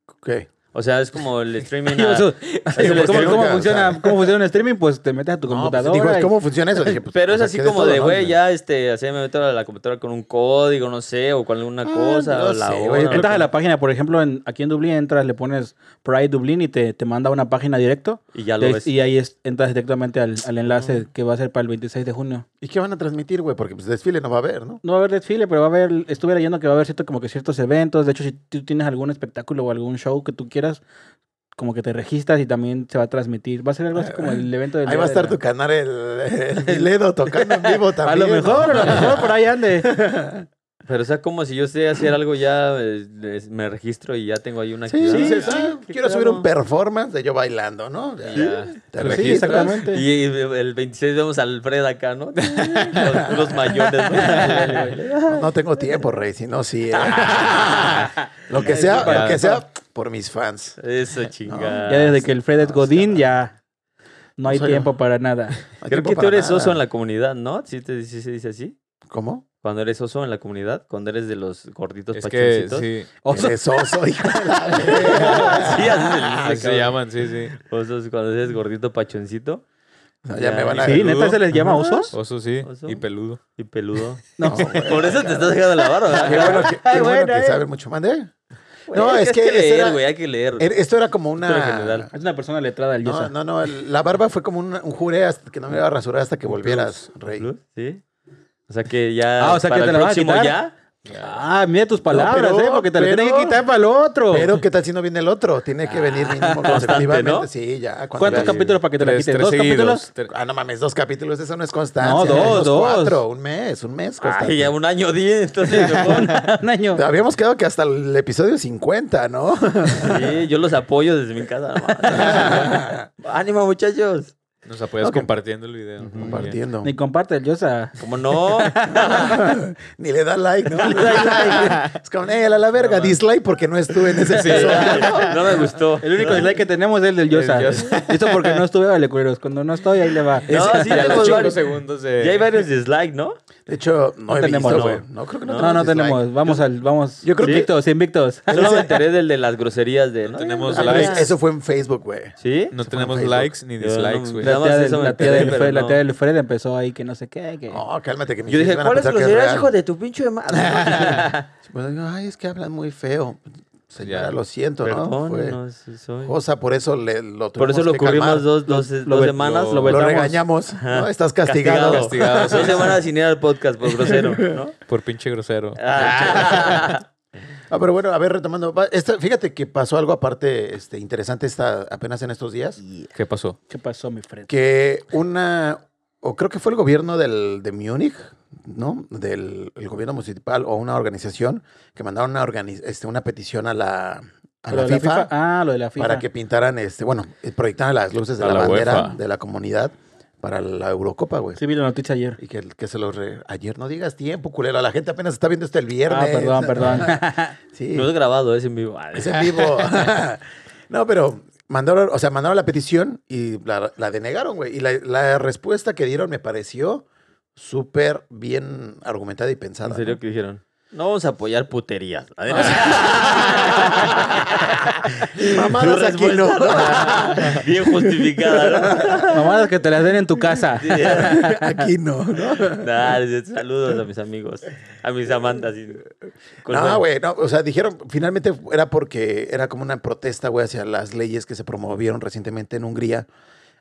Speaker 3: Ok.
Speaker 2: O sea, es como el streaming. a-
Speaker 1: Eso-
Speaker 2: es el
Speaker 1: ¿Cómo,
Speaker 2: streaming.
Speaker 1: cómo
Speaker 3: o sea.
Speaker 1: funciona, ¿Cómo funciona un streaming? Pues te metes a tu
Speaker 3: No, pues,
Speaker 1: computadora.
Speaker 3: digo,
Speaker 1: y-
Speaker 3: ¿cómo funciona eso? Dije, pues,
Speaker 2: Pero es
Speaker 3: o sea,
Speaker 2: así
Speaker 3: que de
Speaker 2: como
Speaker 3: todo,
Speaker 2: de,
Speaker 3: ¿no?
Speaker 2: güey, ya, este, así me meto a la computadora con un código, no sé, o con alguna
Speaker 3: Ah,
Speaker 2: cosa,
Speaker 3: no
Speaker 2: o la
Speaker 3: sé, güey,
Speaker 2: hora,
Speaker 3: yo
Speaker 2: no
Speaker 3: creo
Speaker 1: Entras
Speaker 2: sé.
Speaker 1: a la página, por ejemplo, en, aquí en Dublín entras, le pones Pride Dublín y te, te manda a una página directo.
Speaker 2: Y ya
Speaker 1: Y
Speaker 2: lo
Speaker 1: ahí-
Speaker 2: ves.
Speaker 1: y ahí es- entras directamente al, al enlace que va a ser para el 26 de junio.
Speaker 3: ¿Y qué van a transmitir, güey? Porque pues desfile no va a haber, ¿no?
Speaker 1: No va a haber desfile, pero va a haber, estuve leyendo que va a haber cierto, como que ciertos eventos. De hecho, si tú tienes algún espectáculo o algún show que tú quieras, como que te registras y también se va a transmitir. Va a ser algo así como el evento del
Speaker 3: Ahí
Speaker 1: Día
Speaker 3: va a
Speaker 1: de
Speaker 3: estar
Speaker 1: la-
Speaker 3: tu canal el, el Miledo tocando en vivo
Speaker 1: A
Speaker 3: también.
Speaker 1: lo mejor, a
Speaker 3: ¿no?
Speaker 1: lo mejor por ahí ande.
Speaker 2: Pero o sea, como si yo sé hacer algo ya, eh, les- me registro y ya tengo ahí una
Speaker 3: Sí,
Speaker 2: actividad.
Speaker 3: sí, sí,
Speaker 2: Ah, qué
Speaker 3: Quiero subir
Speaker 2: cagado.
Speaker 3: un performance de yo bailando, ¿no? Ya,
Speaker 2: Ya.
Speaker 3: Te
Speaker 4: Pues
Speaker 1: Sí,
Speaker 4: sí,
Speaker 3: registras.
Speaker 1: exactamente.
Speaker 2: Y el 26 vemos al Fred acá, ¿no? Los puros mayones. ¿no?
Speaker 3: No, no tengo tiempo, Rey, si no, sí. eh. lo que sea,
Speaker 4: Ya.
Speaker 3: lo que sea, por mis fans.
Speaker 2: Eso chingada.
Speaker 1: Ya desde que el Fred es Godín, ya no hay
Speaker 3: Soy-
Speaker 1: tiempo para nada.
Speaker 3: No hay
Speaker 2: Creo
Speaker 3: tiempo
Speaker 2: que tú
Speaker 3: para
Speaker 2: eres
Speaker 3: nada.
Speaker 2: oso en la comunidad, ¿no? ¿Sí, te, sí se dice así?
Speaker 3: ¿Cómo?
Speaker 2: Cuando eres oso en la comunidad, cuando eres de los gorditos
Speaker 4: Es que
Speaker 2: pachoncitos.
Speaker 4: sí.
Speaker 1: Oso.
Speaker 3: Eres oso, hijo de la
Speaker 2: Sí, así se les
Speaker 4: Así
Speaker 2: acaba.
Speaker 4: se llaman, sí, sí.
Speaker 2: Osos, cuando eres gordito pachoncito
Speaker 3: No, ya me van a...
Speaker 1: Sí, neta, se les llama
Speaker 2: Ajá.
Speaker 1: osos.
Speaker 4: Oso, sí.
Speaker 2: Oso.
Speaker 4: Y peludo.
Speaker 2: y peludo.
Speaker 3: No, güey.
Speaker 2: Por eso te estás dejando la barba.
Speaker 3: Qué bueno que, qué
Speaker 1: Ay,
Speaker 3: bueno
Speaker 1: bueno,
Speaker 3: que
Speaker 1: eh.
Speaker 3: saben mucho. ¿Mande?
Speaker 2: Güey,
Speaker 3: No, es que
Speaker 2: hay que
Speaker 3: ese
Speaker 2: leer,
Speaker 3: era-
Speaker 2: güey, hay que leer.
Speaker 3: Er- Esto era como una...
Speaker 2: Cultura general.
Speaker 1: Es una persona letrada el
Speaker 3: No,
Speaker 1: Yosa.
Speaker 3: no, no. el- la barba fue como un, un juré hasta que no me iba a rasurar hasta que volvieras, Rey.
Speaker 2: ¿Sí? O sea que ya
Speaker 1: Ah, o sea que
Speaker 2: para
Speaker 1: te
Speaker 2: el
Speaker 1: la vas a
Speaker 2: próximo
Speaker 1: quitar.
Speaker 2: ya
Speaker 1: Ah, mira tus palabras,
Speaker 3: pero-
Speaker 1: ¿eh? Porque te lo
Speaker 3: pero-
Speaker 1: tienen que quitar para el otro.
Speaker 3: Pero, ¿qué tal si no viene el otro? Tiene que venir mínimo consecutivamente.
Speaker 2: ¿no?
Speaker 3: Sí, ya. cuando
Speaker 1: ¿Cuántos
Speaker 3: ya-
Speaker 1: capítulos para que te la
Speaker 4: Tres-
Speaker 1: quiten?
Speaker 4: tres
Speaker 1: ¿Dos capítulos?
Speaker 4: seguidos, tres-
Speaker 3: Ah, no mames, dos capítulos, eso no es constancia.
Speaker 1: No, dos,
Speaker 3: unos
Speaker 1: dos.
Speaker 3: Cuatro, un mes, un mes. constancia.
Speaker 2: Ay, ya un año diez, entonces mejor.
Speaker 1: Un año.
Speaker 3: Habíamos quedado que hasta el episodio 50, ¿no?
Speaker 2: Sí, yo los apoyo desde mi casa. nomás. Ánimo, muchachos.
Speaker 4: Nos apoyas
Speaker 3: Ok.
Speaker 4: compartiendo el video. Muy bien.
Speaker 3: Compartiendo.
Speaker 1: Ni comparte el Yosa.
Speaker 2: Como no.
Speaker 3: Ni le da like, ¿no? es como, eh, a la verga, dislike porque no estuve en ese
Speaker 4: Sí.
Speaker 3: episodio.
Speaker 2: No me gustó.
Speaker 1: El único dislike que tenemos es el del Yosa.
Speaker 4: Yosa.
Speaker 1: Esto porque no estuve, vale, culeros. Cuando no estoy, ahí le va.
Speaker 2: No, sí
Speaker 4: Y a los
Speaker 2: tenemos
Speaker 4: cinco
Speaker 2: varios.
Speaker 4: segundos de...
Speaker 2: Ya hay varios dislikes, ¿no?
Speaker 3: De hecho, no,
Speaker 1: No
Speaker 3: he
Speaker 1: tenemos,
Speaker 3: visto,
Speaker 1: no.
Speaker 3: güey. No, creo que no,
Speaker 1: No, no
Speaker 3: dislike.
Speaker 1: tenemos. Vamos al. Vamos.
Speaker 3: Yo creo que-
Speaker 1: invictos, invictos.
Speaker 2: Solo me enteré del de las groserías de. No
Speaker 4: tenemos
Speaker 3: Ah, pero
Speaker 4: likes.
Speaker 3: Eso fue en Facebook, güey.
Speaker 2: ¿Sí?
Speaker 4: No
Speaker 3: Se fue
Speaker 4: tenemos
Speaker 3: en Facebook.
Speaker 4: likes ni
Speaker 2: Yo
Speaker 4: dislikes,
Speaker 2: no-
Speaker 4: güey.
Speaker 1: La
Speaker 2: Nada más
Speaker 1: tía, del,
Speaker 2: eso me
Speaker 1: la tía
Speaker 2: enteré,
Speaker 1: del
Speaker 2: pero
Speaker 1: Fred, la
Speaker 2: no.
Speaker 1: tía del Fred empezó ahí que no sé qué. que-
Speaker 3: No, cálmate que mis
Speaker 2: Yo dije,
Speaker 3: hijos van a
Speaker 2: ¿cuáles
Speaker 3: pensar que es
Speaker 2: groserías,
Speaker 3: real.
Speaker 2: hijo de tu pinche madre?
Speaker 3: Pues, digo, Ay, es que hablan muy feo. Señora,
Speaker 4: Ya.
Speaker 3: lo siento, ¿no? Fue
Speaker 2: Perdónanos, sí soy.
Speaker 3: cosa, por eso le, lo
Speaker 2: Por eso
Speaker 3: tuvimos
Speaker 2: lo
Speaker 3: que
Speaker 2: ocurrimos
Speaker 3: calmar.
Speaker 2: dos, dos, dos
Speaker 1: lo-
Speaker 2: semanas. Lo,
Speaker 4: lo
Speaker 3: Lo
Speaker 2: vetamos.
Speaker 3: regañamos.
Speaker 2: Ajá.
Speaker 3: ¿no? Estás castigado.
Speaker 4: Castigado, sí,
Speaker 2: Dos
Speaker 4: sí.
Speaker 2: semanas sin ir al podcast por grosero, ¿no?
Speaker 4: Por pinche grosero.
Speaker 2: Ah.
Speaker 3: Ah, pero bueno, a ver, retomando. va, esta- fíjate que pasó algo aparte este, interesante esta, apenas en estos días.
Speaker 4: ¿Qué pasó?
Speaker 1: ¿Qué pasó, mi Fred?
Speaker 3: Que una, o creo que fue el gobierno del, de Múnich, ¿no? Del el gobierno municipal o una organización que mandaron una, organi- este, una petición a la, a
Speaker 1: ¿Lo
Speaker 3: la
Speaker 1: de la
Speaker 3: FIFA,
Speaker 1: Ah, lo de la FIFA.
Speaker 3: para que pintaran, este, bueno, eh, proyectaran las luces de
Speaker 4: A
Speaker 3: la,
Speaker 4: la
Speaker 3: bandera
Speaker 4: UEFA.
Speaker 3: de la comunidad para la Eurocopa, güey.
Speaker 1: Sí, vi la noticia ayer.
Speaker 3: Y que, que se los... re- Ayer no digas tiempo, culero. La gente apenas está viendo esto el viernes.
Speaker 1: Ah, perdón, perdón.
Speaker 3: Sí.
Speaker 2: No es grabado, es en vivo. Ah,
Speaker 3: Es en vivo. no, pero mandaron, o sea, mandaron la petición y la, la denegaron, güey. Y la, la respuesta que dieron me pareció súper bien argumentada y pensada.
Speaker 2: ¿En serio
Speaker 3: ¿no?
Speaker 2: qué dijeron? No vamos a apoyar puterías.
Speaker 3: Mamadas
Speaker 2: Tu
Speaker 3: aquí no.
Speaker 2: respuesta, Bien justificada,
Speaker 1: Mamadas que te las den en tu casa.
Speaker 2: ¿no? Sí.
Speaker 3: aquí no, ¿no?
Speaker 2: Nah, saludos a mis amigos, a mis amantes.
Speaker 3: No, güey, no, o sea, dijeron, finalmente era porque era como una protesta, güey, hacia las leyes que se promovieron recientemente en Hungría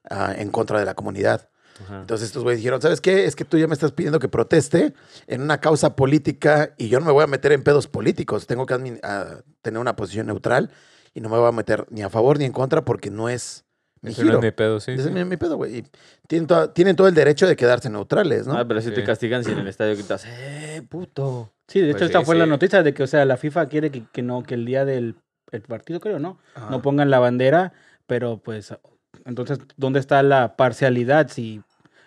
Speaker 3: ah, en contra de la comunidad. Entonces estos güeyes dijeron, ¿sabes qué? Es que tú ya me estás pidiendo que proteste en una causa política y yo no me voy a meter en pedos políticos. Tengo que admin- a tener una posición neutral y no me voy a meter ni a favor ni en contra porque no es mi
Speaker 4: Ese no
Speaker 3: giro.
Speaker 4: es mi pedo, sí.
Speaker 3: Ese
Speaker 4: sí.
Speaker 3: no es mi pedo, güey. Y Tienen, to- tienen todo el derecho de quedarse neutrales, ¿no?
Speaker 2: Ah, pero si te
Speaker 4: Sí.
Speaker 2: castigan si en el estadio gritas, ¡eh, puto!
Speaker 1: Sí, de hecho,
Speaker 4: Pues sí,
Speaker 1: esta fue la
Speaker 4: sí.
Speaker 1: noticia de que, o sea, la FIFA quiere que, que no, que el día del el partido, creo, ¿no?
Speaker 3: Ajá.
Speaker 1: No pongan la bandera, pero pues, entonces, ¿dónde está la parcialidad? Si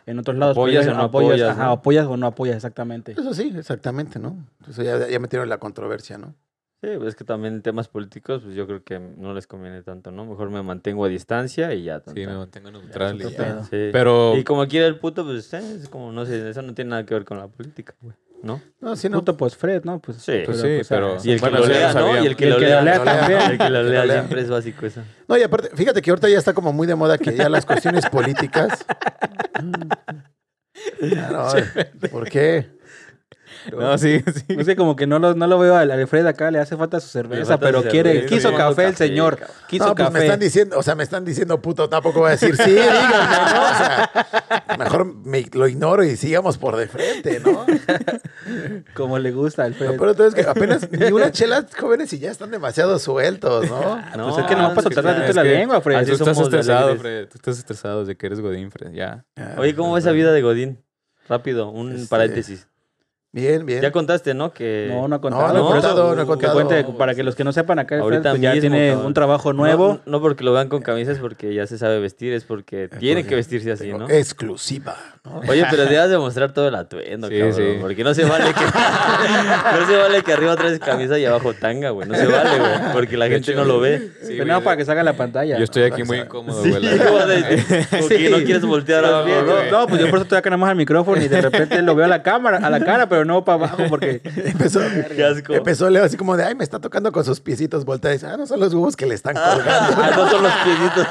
Speaker 1: en otros lados
Speaker 2: Apoyas
Speaker 1: prohíben-
Speaker 2: o no apoyas,
Speaker 1: ajá,
Speaker 2: ¿no?
Speaker 1: apoyas o no apoyas, exactamente.
Speaker 3: Eso sí, exactamente, ¿no? Eso ya, ya metieron la controversia, ¿no?
Speaker 2: Sí, pues es que también en temas políticos, pues yo creo que no les conviene tanto, ¿no? Mejor me mantengo a distancia y ya.
Speaker 4: Sí, me
Speaker 2: tanta.
Speaker 4: mantengo neutral.
Speaker 3: otro
Speaker 4: y ya.
Speaker 3: pedo.
Speaker 2: Sí.
Speaker 4: Pero
Speaker 2: Y como quiera el puto, pues eh, es como, no sé, eso no tiene nada que ver con la política, güey. ¿no?
Speaker 3: No, sí, no.
Speaker 1: Puto, pues Fred, ¿no? Pues,
Speaker 2: Sí.
Speaker 4: Pues sí,
Speaker 1: ah,
Speaker 4: pero-
Speaker 2: Y el
Speaker 4: Bueno,
Speaker 2: que lo
Speaker 4: eso ya
Speaker 2: lea,
Speaker 4: lo
Speaker 2: ¿no?
Speaker 4: sabíamos.
Speaker 2: Y el que lo lea,
Speaker 3: lo lea
Speaker 2: también.
Speaker 3: también.
Speaker 2: El que lo
Speaker 3: El que
Speaker 2: lea
Speaker 3: lo lea.
Speaker 2: siempre es básico eso.
Speaker 3: No, y aparte, fíjate que ahorita ya está como muy de moda que ya las cuestiones políticas. Claro, ¿Por qué?
Speaker 4: No, sí, sí.
Speaker 1: No sé, como que no lo, no lo veo al al Fred acá, le hace falta su cerveza,
Speaker 2: falta
Speaker 1: pero
Speaker 2: su
Speaker 1: quiere,
Speaker 2: cerveza,
Speaker 1: quiso
Speaker 2: sí.
Speaker 1: café el
Speaker 2: Café,
Speaker 1: señor,
Speaker 2: cabrón.
Speaker 1: quiso
Speaker 3: no, pues
Speaker 1: café.
Speaker 3: me están diciendo, o sea, me están diciendo puto, tampoco voy a decir sí, díganme, ¿no? O sea, mejor me- lo ignoro y sigamos por de frente, ¿no?
Speaker 1: Como le gusta al Fred.
Speaker 3: Pero entonces que apenas ni una chela jóvenes y ya están demasiado sueltos, ¿no?
Speaker 2: No,
Speaker 1: pues es que nomás para
Speaker 2: Ah, es
Speaker 1: soltar
Speaker 2: ya-
Speaker 1: tantito la
Speaker 4: es que-
Speaker 1: lengua, Fred.
Speaker 4: Ah, tú
Speaker 2: Así
Speaker 4: estás
Speaker 2: somos de
Speaker 4: estresado,
Speaker 2: alegres.
Speaker 4: Fred. Tú estás estresado de que eres Godín, Fred. Ya.
Speaker 2: Oye, ¿cómo ves la vida de Godín? Rápido, un
Speaker 3: Este,
Speaker 2: paréntesis.
Speaker 3: Bien, bien.
Speaker 2: Ya contaste, ¿no? Que
Speaker 1: No, no ha
Speaker 3: no,
Speaker 1: contado.
Speaker 3: no he
Speaker 1: por eso-
Speaker 3: contado, no he
Speaker 2: que
Speaker 1: Que
Speaker 3: contado.
Speaker 1: cuente, para que los que no sepan acá, el Fred,
Speaker 2: Ahorita
Speaker 1: pues, ya
Speaker 2: mismo,
Speaker 1: tiene
Speaker 2: cabrón.
Speaker 1: un trabajo nuevo.
Speaker 2: No, no porque lo vean con camisas, porque ya se sabe vestir, es porque tiene
Speaker 3: porque
Speaker 2: que vestirse así, ¿no?
Speaker 3: Exclusiva, ¿no?
Speaker 2: Oye, pero debes de mostrar todo el atuendo,
Speaker 4: Sí,
Speaker 2: cabrón.
Speaker 4: sí.
Speaker 2: Porque no se vale que no se vale que arriba traes camisa y abajo tanga, güey. No se vale, güey. Porque la
Speaker 4: De
Speaker 2: gente
Speaker 4: hecho,
Speaker 2: no lo ve.
Speaker 4: Sí,
Speaker 1: pero
Speaker 4: güey,
Speaker 1: no, para que salga en la pantalla.
Speaker 4: Yo estoy aquí
Speaker 3: no,
Speaker 4: muy
Speaker 3: no,
Speaker 4: incómodo,
Speaker 2: Sí,
Speaker 4: güey. la-
Speaker 2: como de- como que
Speaker 1: Sí.
Speaker 2: no quieres voltear
Speaker 4: No,
Speaker 2: a ver,
Speaker 4: no,
Speaker 2: ¿no?
Speaker 1: No, pues yo por eso estoy acá nada más al micrófono y de repente lo veo a la cámara, a la cara, pero no para abajo porque
Speaker 3: Empezó,
Speaker 2: Qué asco.
Speaker 3: empezó Leo así como de, ay, me está tocando con sus piecitos, voltea y dice, ah, no son los huevos que le están colgando.
Speaker 2: Ah, no son los piecitos.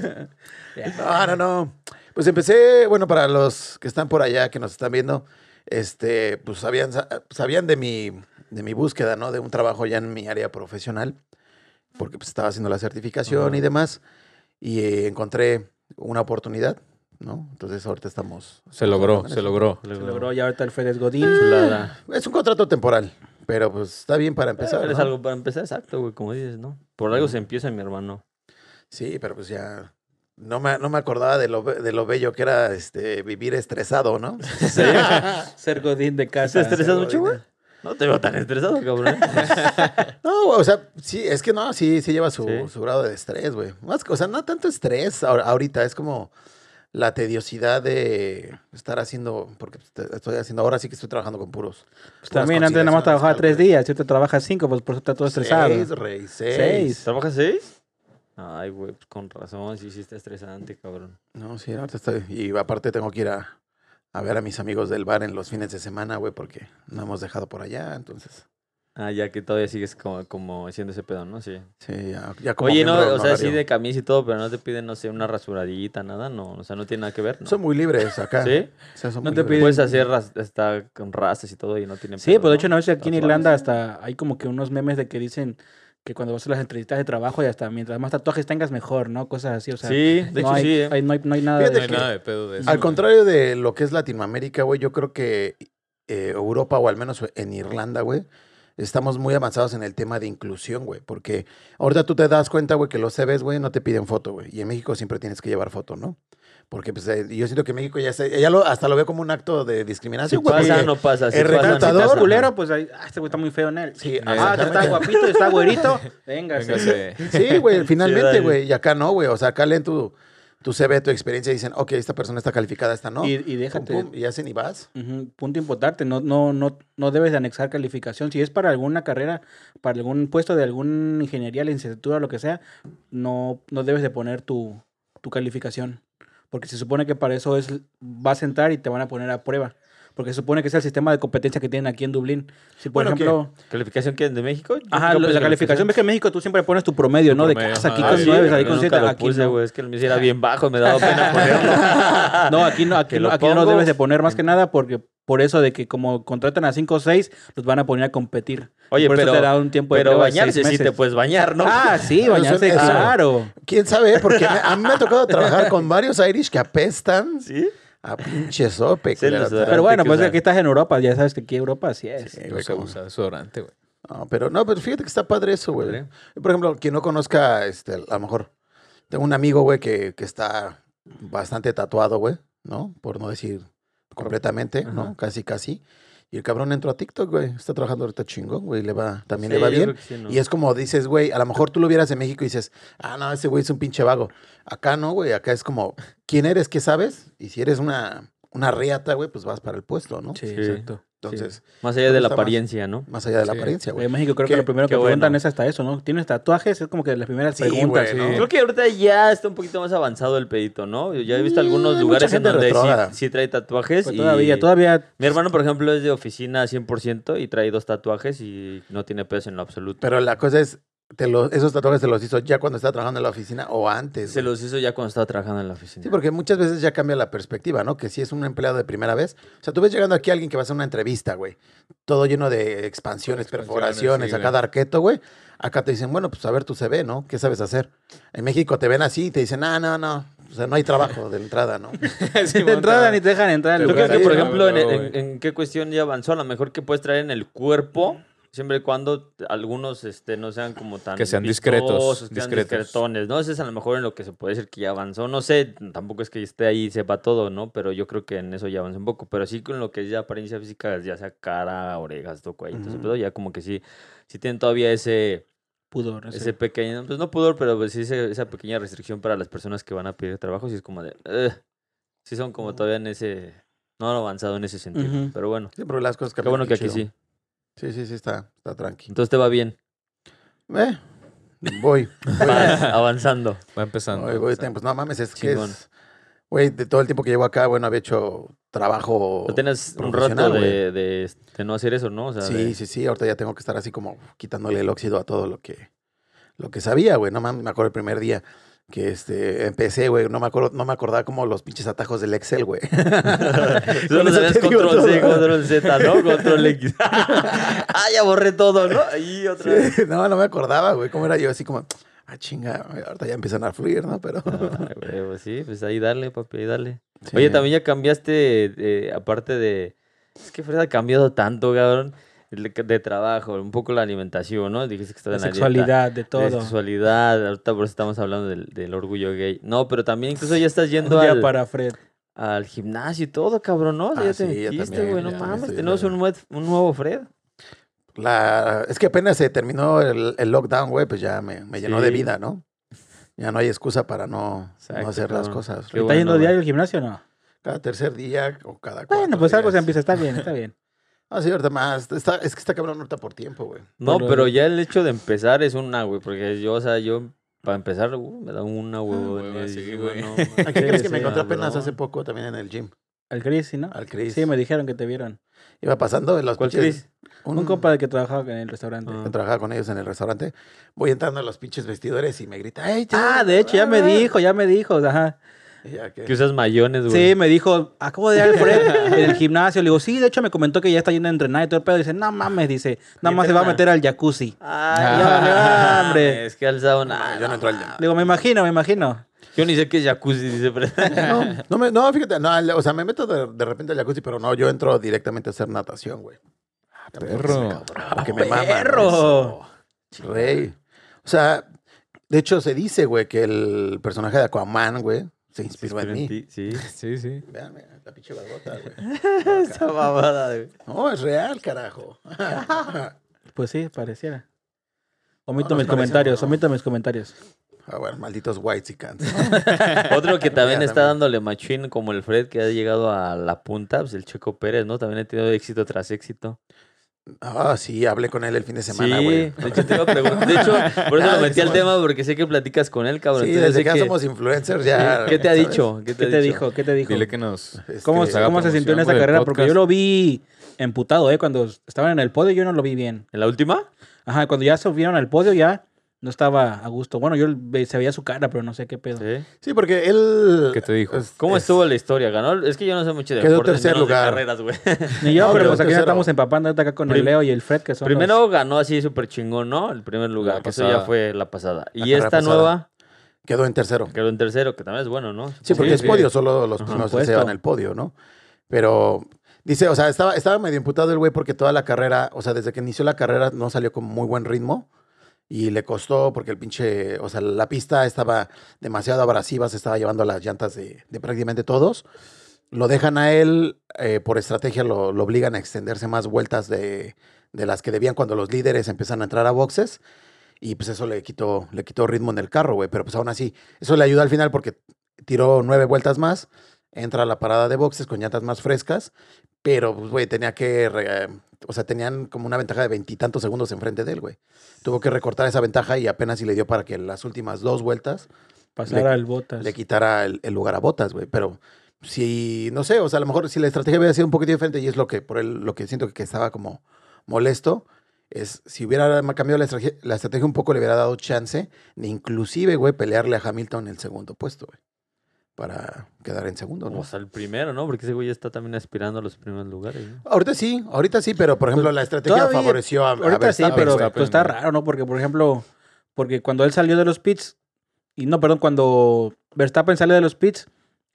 Speaker 3: no, no, no. Pues empecé, bueno, para los que están por allá, que nos están viendo, este, pues sabían, sabían de mi, de mi búsqueda, ¿no? De un trabajo ya en mi área profesional, porque pues estaba haciendo la certificación y demás, y eh, encontré una oportunidad ¿no? Entonces ahorita estamos...
Speaker 4: Se logró, se logró.
Speaker 1: Se logró y ahorita el Fede es Godín.
Speaker 2: Chulada.
Speaker 3: Es un contrato temporal, pero pues está bien para empezar.
Speaker 2: Pero es
Speaker 3: ¿no?
Speaker 2: algo para empezar, exacto, güey, como dices, ¿no? Por algo se empieza, mi hermano.
Speaker 3: Sí, pero pues ya... No me, no me acordaba de lo, be- de lo bello que era este, vivir estresado, ¿no?
Speaker 1: Ser Godín de casa.
Speaker 2: ¿Estás estresado
Speaker 3: algo
Speaker 2: mucho, güey? No te veo tan estresado, cabrón.
Speaker 3: No, o sea, sí, es que no, sí, sí lleva su,
Speaker 2: Sí.
Speaker 3: su grado de estrés, güey. Más, que- o sea, no tanto estrés ahor- ahorita, es como la tediosidad de estar haciendo, porque pues, te- estoy haciendo, ahora sí que estoy trabajando con puros.
Speaker 1: Pues también antes nada más trabajaba tres días, ahorita trabajas cinco, pues por eso está todo estresado.
Speaker 3: Seis, rey, seis.
Speaker 1: Seis.
Speaker 2: ¿Trabajas seis? Ay, güey, pues con razón, sí, sí está estresante, cabrón.
Speaker 3: No, sí, ahorita estoy, y aparte tengo que ir a, a ver a mis amigos del bar en los fines de semana, güey, porque no hemos dejado por allá, entonces,
Speaker 2: Ah, ya que todavía sigues como, como haciendo ese pedo, ¿no? Sí.
Speaker 3: sí, ya, ya como
Speaker 2: Oye, no,
Speaker 3: miembro
Speaker 2: o sea, sí
Speaker 3: honorario.
Speaker 2: de camisa y todo, pero no te piden, no sé, una rasuradita, nada, no. O sea, no tiene nada que ver, ¿no?
Speaker 3: Son muy libres acá.
Speaker 2: ¿Sí?
Speaker 3: O sea, son
Speaker 1: No
Speaker 3: muy
Speaker 1: te
Speaker 3: libres.
Speaker 1: piden-
Speaker 2: Puedes hacer ras- hasta con rastas y todo y no tienen
Speaker 1: Sí,
Speaker 2: pedo,
Speaker 1: pues de hecho, no sé, aquí en
Speaker 2: Tatuajes.
Speaker 1: Irlanda hasta hay como que unos memes de que dicen que cuando vas a las entrevistas de trabajo y hasta mientras más tatuajes tengas mejor, ¿no? Cosas así, o sea.
Speaker 2: Sí,
Speaker 1: no
Speaker 2: de hecho
Speaker 1: hay,
Speaker 2: sí, ¿eh?
Speaker 1: hay- no, hay, no hay nada
Speaker 3: Fíjate
Speaker 4: No
Speaker 1: de
Speaker 4: hay
Speaker 1: que-
Speaker 4: nada de pedo de eso.
Speaker 3: Al
Speaker 4: güey.
Speaker 3: contrario de lo que es Latinoamérica, güey, yo creo que eh, Europa o al menos en Irlanda, güey, estamos muy avanzados en el tema de inclusión, güey, porque ahorita tú te das cuenta, güey, que los CVs, güey, no te piden foto, güey, y en México siempre tienes que llevar foto, ¿no? Porque pues, eh, yo siento que México ya, se- ya lo, hasta lo veo como un acto de
Speaker 2: Si
Speaker 3: discriminación, güey.
Speaker 2: pasa,
Speaker 3: porque-
Speaker 2: no pasa. Si
Speaker 3: el
Speaker 2: pasa, no
Speaker 3: retratador,
Speaker 1: Todo
Speaker 2: pasa.
Speaker 1: culero, pues ahí, ah, este güey está muy feo en él.
Speaker 3: Sí,
Speaker 1: Ah,
Speaker 3: exactamente.
Speaker 1: está guapito, está güerito. Venga,
Speaker 4: Venga,
Speaker 1: sí.
Speaker 4: se-
Speaker 3: Sí, güey, finalmente,
Speaker 2: dale.
Speaker 3: güey, y acá no, güey, o sea, acá leen tu, tu CV, tu experiencia y dicen, ok, esta persona está calificada, esta no.
Speaker 1: Y,
Speaker 3: Y,
Speaker 1: y déjate.
Speaker 3: y hacen y vas.
Speaker 1: Ujú, Punto importante, no, no, no, no debes de anexar calificación. Si es para alguna carrera, para algún puesto de alguna ingeniería, licenciatura, lo que sea, no, no debes de poner tu, tu calificación. Porque se supone que para eso es, vas a entrar y te van a poner a prueba. Porque se supone que es el sistema de competencia que tienen aquí en Dublín. Si, por
Speaker 3: Bueno, que-
Speaker 1: ejemplo,
Speaker 2: ¿Calificación que de México? Yo
Speaker 1: ajá,
Speaker 2: nunca
Speaker 1: lo-
Speaker 2: puse
Speaker 1: la calificación, ves que en México tú siempre pones tu promedio,
Speaker 4: Tu
Speaker 1: ¿no?
Speaker 4: promedio,
Speaker 1: de casa, aquí
Speaker 4: ajá.
Speaker 1: con
Speaker 4: Ah, sí,
Speaker 1: nueve,
Speaker 2: pero
Speaker 1: aquí con
Speaker 2: nunca
Speaker 1: siete,
Speaker 2: lo
Speaker 1: aquí
Speaker 2: puse,
Speaker 1: no.
Speaker 2: güey, Es que el mío sí era bien bajo, me daba pena ponerlo.
Speaker 1: No, aquí no, aquí,
Speaker 2: Que lo
Speaker 1: no, aquí no
Speaker 2: pongo.
Speaker 1: debes de poner más que nada porque por eso de que como contratan a 5 o 6, los van a poner a competir.
Speaker 2: Oye,
Speaker 1: por eso
Speaker 2: pero,
Speaker 1: te da un tiempo de
Speaker 2: pero
Speaker 1: prueba de seis
Speaker 2: bañarse sí te
Speaker 1: meses.
Speaker 2: puedes bañar, ¿no?
Speaker 1: Ah, sí,
Speaker 3: Eso-
Speaker 1: bañarse,
Speaker 3: eso.
Speaker 1: claro.
Speaker 3: ¿Quién sabe? Porque me- a mí me ha tocado trabajar con varios Irish que apestan
Speaker 2: ¿Sí?
Speaker 3: a pinche sope.
Speaker 2: Sí,
Speaker 3: culero.
Speaker 2: les dará.
Speaker 1: Pero bueno,
Speaker 2: que
Speaker 1: pues
Speaker 2: usar.
Speaker 1: aquí estás en Europa, ya sabes que aquí Europa así es.
Speaker 3: Sí,
Speaker 4: No
Speaker 3: güey,
Speaker 4: se
Speaker 3: como-
Speaker 4: abusa de desodorante, güey.
Speaker 3: No, pero no, pero fíjate que está padre eso, güey.
Speaker 2: Padre.
Speaker 3: Por ejemplo, quien no conozca, este, a lo mejor, tengo un amigo, güey, que, que está bastante tatuado, güey, ¿no? Por no decir completamente,
Speaker 2: Ajá.
Speaker 3: ¿no? Casi, casi. Y el cabrón entró a TikTok, güey. Está trabajando ahorita chingón, güey. Le va, también
Speaker 2: Sí,
Speaker 3: le va
Speaker 2: yo
Speaker 3: bien.
Speaker 2: creo que sí, ¿no?
Speaker 3: Y es como dices, güey, a lo mejor tú lo vieras en México y dices, ah, no, ese güey es un pinche vago. Acá no, güey, acá es como, ¿quién eres? ¿Qué sabes? Y si eres una, una riata, güey, pues vas para el puesto, ¿no?
Speaker 1: Sí,
Speaker 2: Sí.
Speaker 1: exacto.
Speaker 3: Entonces,
Speaker 2: Más allá de la
Speaker 3: está más?
Speaker 2: apariencia, ¿no?
Speaker 3: más allá de la
Speaker 4: Sí.
Speaker 3: apariencia, güey.
Speaker 1: En México creo
Speaker 3: Qué-
Speaker 1: que lo primero que
Speaker 2: qué
Speaker 1: preguntan
Speaker 2: bueno.
Speaker 1: es hasta eso, ¿no? ¿Tienes tatuajes? Es como que las primeras
Speaker 3: Sí,
Speaker 1: preguntas.
Speaker 3: güey, ¿no?
Speaker 1: sí.
Speaker 2: Creo que ahorita ya está un poquito más avanzado el pedito, ¿no? Yo Ya he visto
Speaker 3: Mm,
Speaker 2: algunos
Speaker 3: hay
Speaker 2: lugares
Speaker 3: mucha
Speaker 2: en
Speaker 3: gente
Speaker 2: donde
Speaker 3: retrógrada.
Speaker 2: sí, sí trae tatuajes.
Speaker 1: Pues
Speaker 2: y-
Speaker 1: todavía, todavía.
Speaker 2: Mi hermano, por ejemplo, es de oficina 100% y trae dos tatuajes y no tiene peso en lo absoluto.
Speaker 3: Pero la cosa es, te lo- esos tatuajes te los hizo ya cuando estaba trabajando en la oficina o antes.
Speaker 2: Se
Speaker 3: güey.
Speaker 2: los hizo ya cuando estaba trabajando en la oficina.
Speaker 3: Sí, porque muchas veces ya cambia la perspectiva, ¿no? Que si es un empleado de primera vez. O sea, tú ves llegando aquí a alguien que va a hacer una entrevista, güey. Todo lleno de expansiones,
Speaker 4: Con expansiones,
Speaker 3: perforaciones,
Speaker 4: sí,
Speaker 3: acá
Speaker 4: güey.
Speaker 3: de arqueto, güey. Acá te dicen, bueno, pues a ver tu CV, ¿no? ¿Qué sabes hacer? En México te ven así y te dicen, ah, no, no. O sea, no hay trabajo de entrada, ¿no?
Speaker 1: Si te entraban ni te dejan entrar.
Speaker 4: Te
Speaker 2: ¿Tú
Speaker 1: al
Speaker 2: crees
Speaker 1: lugar.
Speaker 2: que, por
Speaker 4: Sí,
Speaker 2: ejemplo, en,
Speaker 4: luego,
Speaker 2: en- en qué cuestión ya avanzó? A lo mejor que puedes traer en el cuerpo, siempre y cuando algunos este, no sean como tan.
Speaker 4: Que sean discretos,
Speaker 2: vistosos, que sean
Speaker 4: discretos.
Speaker 2: discretones, ¿no? Eso es a lo mejor en lo que se puede decir que ya avanzó. No sé, tampoco es que esté ahí y sepa todo, ¿no? Pero yo creo que en eso ya avanzó un poco. Pero sí con lo que es ya apariencia física, ya sea cara, orejas, toco ahí, todo ese
Speaker 3: Ujú.
Speaker 2: pedo, ya como que sí, sí tienen todavía ese.
Speaker 1: Pudor, ese.
Speaker 2: Ese pequeño, pues no pudor, pero pues sí ese- esa pequeña restricción para las personas que van a pedir trabajo, sí es como de... "Ugh". sí son como todavía en ese... No han avanzado en ese sentido,
Speaker 1: Ujú.
Speaker 2: pero bueno.
Speaker 3: Sí, pero las cosas
Speaker 2: Qué
Speaker 3: cambian
Speaker 2: bueno que
Speaker 3: bien
Speaker 2: aquí
Speaker 3: chido.
Speaker 2: sí.
Speaker 3: Sí, sí, sí, está, está tranqui.
Speaker 2: Entonces te va bien.
Speaker 3: Eh, voy.
Speaker 2: Vas avanzando.
Speaker 4: Va empezando.
Speaker 3: Voy, voy, ten- pues no mames, es que
Speaker 2: Chingón.
Speaker 3: es... Güey, de todo el tiempo que llevo acá, bueno, había hecho trabajo...
Speaker 2: Pero Pues, tienes un
Speaker 3: profesional,
Speaker 2: rato
Speaker 3: güey.
Speaker 2: de, de- de no hacer eso, ¿no? O sea,
Speaker 3: Sí,
Speaker 2: de-
Speaker 3: sí, sí. Ahorita ya tengo que estar así como quitándole el óxido a todo lo que, lo que sabía, güey. No mames, me acuerdo el primer día que este, empecé, güey. No me acuerdo, no me acordaba como los pinches atajos del Excel, güey. Con
Speaker 2: Solo
Speaker 3: eso
Speaker 2: sabías
Speaker 3: te digo
Speaker 2: control C,
Speaker 3: todo.
Speaker 2: control Z, ¿no? Control X. ah, ya borré todo, ¿no? Ahí otra vez.
Speaker 3: Sí, No, no me acordaba, güey. Cómo era yo así como, ah, chinga, ahorita ya empiezan a fluir, ¿no? Pero.
Speaker 2: Ay, güey, pues sí, pues ahí dale, papi, ahí dale.
Speaker 3: Sí.
Speaker 2: Oye, también ya cambiaste, eh, aparte de... Es que Fred ha cambiado tanto, cabrón, de, de trabajo, un poco la alimentación, ¿no? Dijiste que estás
Speaker 1: La
Speaker 2: en la dieta,
Speaker 1: sexualidad, de
Speaker 2: la
Speaker 1: todo.
Speaker 2: sexualidad, ahorita por eso estamos hablando del, del orgullo gay. No, pero también incluso ya estás
Speaker 1: Un
Speaker 2: yendo
Speaker 1: día
Speaker 2: al,
Speaker 1: para Fred.
Speaker 2: al gimnasio y todo, cabrón, ¿no? O sea,
Speaker 3: Ah,
Speaker 2: ya
Speaker 3: sí,
Speaker 2: te
Speaker 3: ya
Speaker 2: dijiste,
Speaker 3: también,
Speaker 2: güey, no
Speaker 3: ya
Speaker 2: mames,
Speaker 3: estoy
Speaker 2: tenemos
Speaker 3: de-
Speaker 2: un, nuev- un nuevo Fred.
Speaker 3: La... Es que apenas se terminó el, el lockdown, güey, pues ya me, me llenó de
Speaker 2: Sí.
Speaker 3: vida, ¿no? Ya no hay excusa para no,
Speaker 2: Exacto,
Speaker 3: no hacer las
Speaker 2: cabrón.
Speaker 3: cosas.
Speaker 2: Qué
Speaker 1: ¿Está
Speaker 2: bueno,
Speaker 1: yendo
Speaker 2: güey.
Speaker 1: diario al gimnasio o no?
Speaker 3: Cada tercer día o cada
Speaker 1: Bueno,
Speaker 3: cuatro
Speaker 1: pues algo se
Speaker 3: días.
Speaker 1: empieza. Está bien, está bien.
Speaker 3: Ah, sí, ahorita más. Está, es que está cabrón ahorita por tiempo, güey.
Speaker 2: No,
Speaker 1: lo
Speaker 2: pero
Speaker 1: de-
Speaker 2: ya el hecho de empezar es una, güey, porque yo, o sea, yo, para empezar, uh, me da
Speaker 3: Ah,
Speaker 2: una huevo.
Speaker 4: hueva, sí, güey.
Speaker 3: ¿A quién crees que me
Speaker 2: encontré
Speaker 3: encontré apenas hace poco también en el gym?
Speaker 1: Al Chris, ¿sí, ¿no?
Speaker 3: Al Chris.
Speaker 1: Sí, me dijeron que te vieron.
Speaker 3: Iba pasando en los
Speaker 2: ¿Cuál
Speaker 3: pinches-
Speaker 2: Chris?
Speaker 1: Un, compadre que trabajaba en el restaurante.
Speaker 2: Ah.
Speaker 3: que trabajaba con ellos en el restaurante. Voy entrando a los pinches vestidores y me grita, ¡Ey,
Speaker 1: Ah, de hecho, ya me dijo, ya me dijo. Ajá.
Speaker 3: Y ya que-
Speaker 2: Que usas mayones, güey.
Speaker 1: Sí, me dijo, acabo de ir al Fred en el gimnasio. Le digo, sí, de hecho me comentó que ya está yendo a entrenar y todo el pedo. Dice, no mames, dice, nada más se va a
Speaker 2: Entrena.
Speaker 1: meter al jacuzzi.
Speaker 2: Ah. Ay,
Speaker 1: no,
Speaker 2: no,
Speaker 1: no, hombre.
Speaker 2: Ah. Es que al sauna.
Speaker 3: Ah, yo no entro al gym.
Speaker 1: Le digo, me imagino, me imagino.
Speaker 2: Yo ni sé qué es jacuzzi, dice pero-
Speaker 3: Pues No, no, me- no, fíjate, no, al- o sea, me meto de, de repente al jacuzzi, pero no, yo entro directamente a hacer natación, güey.
Speaker 4: perro.
Speaker 3: Porque me mama.
Speaker 1: perro.
Speaker 3: Rey. O sea, de hecho se dice, güey, que el personaje de Aquaman, güey, se inspiró en mí.
Speaker 2: ti, Sí.
Speaker 4: Sí, sí.
Speaker 3: Vean, vean, la pinche barbota, güey.
Speaker 2: Esa babada, güey.
Speaker 3: No, es real, carajo. ah,
Speaker 1: Pues sí, pareciera.
Speaker 3: No
Speaker 1: Omito
Speaker 3: nos
Speaker 1: mis
Speaker 3: parecemos,
Speaker 1: comentarios,
Speaker 3: no.
Speaker 1: omito mis comentarios.
Speaker 3: Ah, bueno, malditos whites y cans.
Speaker 2: Otro que también
Speaker 3: Ya,
Speaker 2: está
Speaker 3: también.
Speaker 2: dándole machín, como el Fred, que ha llegado a la punta, pues el Checo Pérez, ¿no? También ha tenido éxito tras éxito.
Speaker 3: Ah, sí, hablé con él el fin de semana,
Speaker 2: sí,
Speaker 3: güey.
Speaker 2: de hecho te iba a preguntar. De hecho, por eso
Speaker 3: Ah,
Speaker 2: lo metí al
Speaker 3: somos-
Speaker 2: tema, porque sé que platicas con él, cabrón.
Speaker 3: Sí,
Speaker 2: Entonces, sé
Speaker 3: desde que,
Speaker 2: que-
Speaker 3: somos influencers ya.
Speaker 2: ¿Qué te ha
Speaker 3: ¿sabes?
Speaker 2: dicho?
Speaker 1: ¿Qué te
Speaker 2: dijo?
Speaker 1: dijo? ¿Qué te dijo?
Speaker 4: Dile que nos.
Speaker 3: Este,
Speaker 1: ¿Cómo,
Speaker 4: se- haga
Speaker 1: cómo se sintió en
Speaker 4: promoción,
Speaker 1: esa
Speaker 4: güey,
Speaker 1: carrera?
Speaker 4: del
Speaker 1: Porque yo
Speaker 4: podcast.
Speaker 1: lo vi emputado, ¿eh? Cuando estaban en el podio yo no lo vi bien.
Speaker 2: ¿En la última?
Speaker 1: Ajá, cuando ya subieron al podio ya no estaba a gusto. Bueno, yo ve- se veía su cara, pero no sé qué pedo.
Speaker 2: Sí.
Speaker 3: Sí, porque él.
Speaker 4: ¿Qué te dijo?
Speaker 3: es-
Speaker 2: ¿Cómo
Speaker 3: es-
Speaker 2: estuvo la historia? ¿Ganó? Es que yo no sé mucho de
Speaker 3: Quedó
Speaker 2: deportes,
Speaker 3: tercer
Speaker 2: menos de
Speaker 3: lugar.
Speaker 2: carreras, güey.
Speaker 1: Ni yo, pero
Speaker 3: No, pero
Speaker 1: pues aquí nos
Speaker 3: tercero.
Speaker 1: estamos empapando ahorita acá con el
Speaker 2: Prim-
Speaker 1: Leo y el Fred, que son los-
Speaker 2: Primero ganó así súper chingón, ¿no? El primer lugar,
Speaker 4: La
Speaker 2: que eso ya
Speaker 4: pasada.
Speaker 2: fue la pasada. y
Speaker 3: carrera
Speaker 2: esta
Speaker 3: pasada.
Speaker 2: nueva,
Speaker 3: Quedó en tercero.
Speaker 2: quedó en tercero, que también es bueno, ¿no?
Speaker 3: Sí, porque
Speaker 4: Sí,
Speaker 3: es
Speaker 4: sí.
Speaker 3: podio, solo los primeros tres se
Speaker 1: Puesto.
Speaker 3: llevan el podio, ¿no? Pero dice, o sea, estaba, estaba medio imputado el güey porque toda la carrera, o sea, desde que inició la carrera no salió con muy buen ritmo y le costó porque el pinche, o sea, la pista estaba demasiado abrasiva, se estaba llevando las llantas de, de prácticamente todos. Lo dejan a él, eh, por estrategia lo, lo obligan a extenderse más vueltas de, de las que debían cuando los líderes empiezan a entrar a boxes. Y pues eso le quitó, le quitó ritmo en el carro, güey. Pero pues aún así, eso le ayudó al final porque tiró nueve vueltas más, entra a la parada de boxes con llantas más frescas, pero, pues, güey, tenía que, re- o sea, tenían como una ventaja de veintitantos segundos enfrente de él, güey. Tuvo que recortar esa ventaja y apenas si le dio para que las últimas dos vueltas
Speaker 1: pasar
Speaker 3: le-
Speaker 1: al Botas.
Speaker 3: le quitara el, el lugar a Botas, güey. Pero si, no sé, o sea, a lo mejor si la estrategia hubiera sido un poquito diferente y es lo que, por él, lo que siento que, que estaba como molesto, es si hubiera cambiado la estrategia, la estrategia un poco le hubiera dado chance de inclusive, güey, pelearle a Hamilton en el segundo puesto, güey. Para quedar en segundo, ¿no?
Speaker 2: O sea, Pues, el primero, ¿no? Porque ese güey ya está también aspirando a los primeros lugares, ¿no?
Speaker 3: Ahorita sí, ahorita sí, pero por ejemplo la estrategia
Speaker 1: Todavía-
Speaker 3: favoreció a, a
Speaker 1: Ahorita sí,
Speaker 3: Verstappen,
Speaker 1: pero,
Speaker 3: güey.
Speaker 1: pero está raro, ¿no? Porque, por ejemplo, porque cuando él salió de los pits, y no, perdón, cuando Verstappen sale de los pits,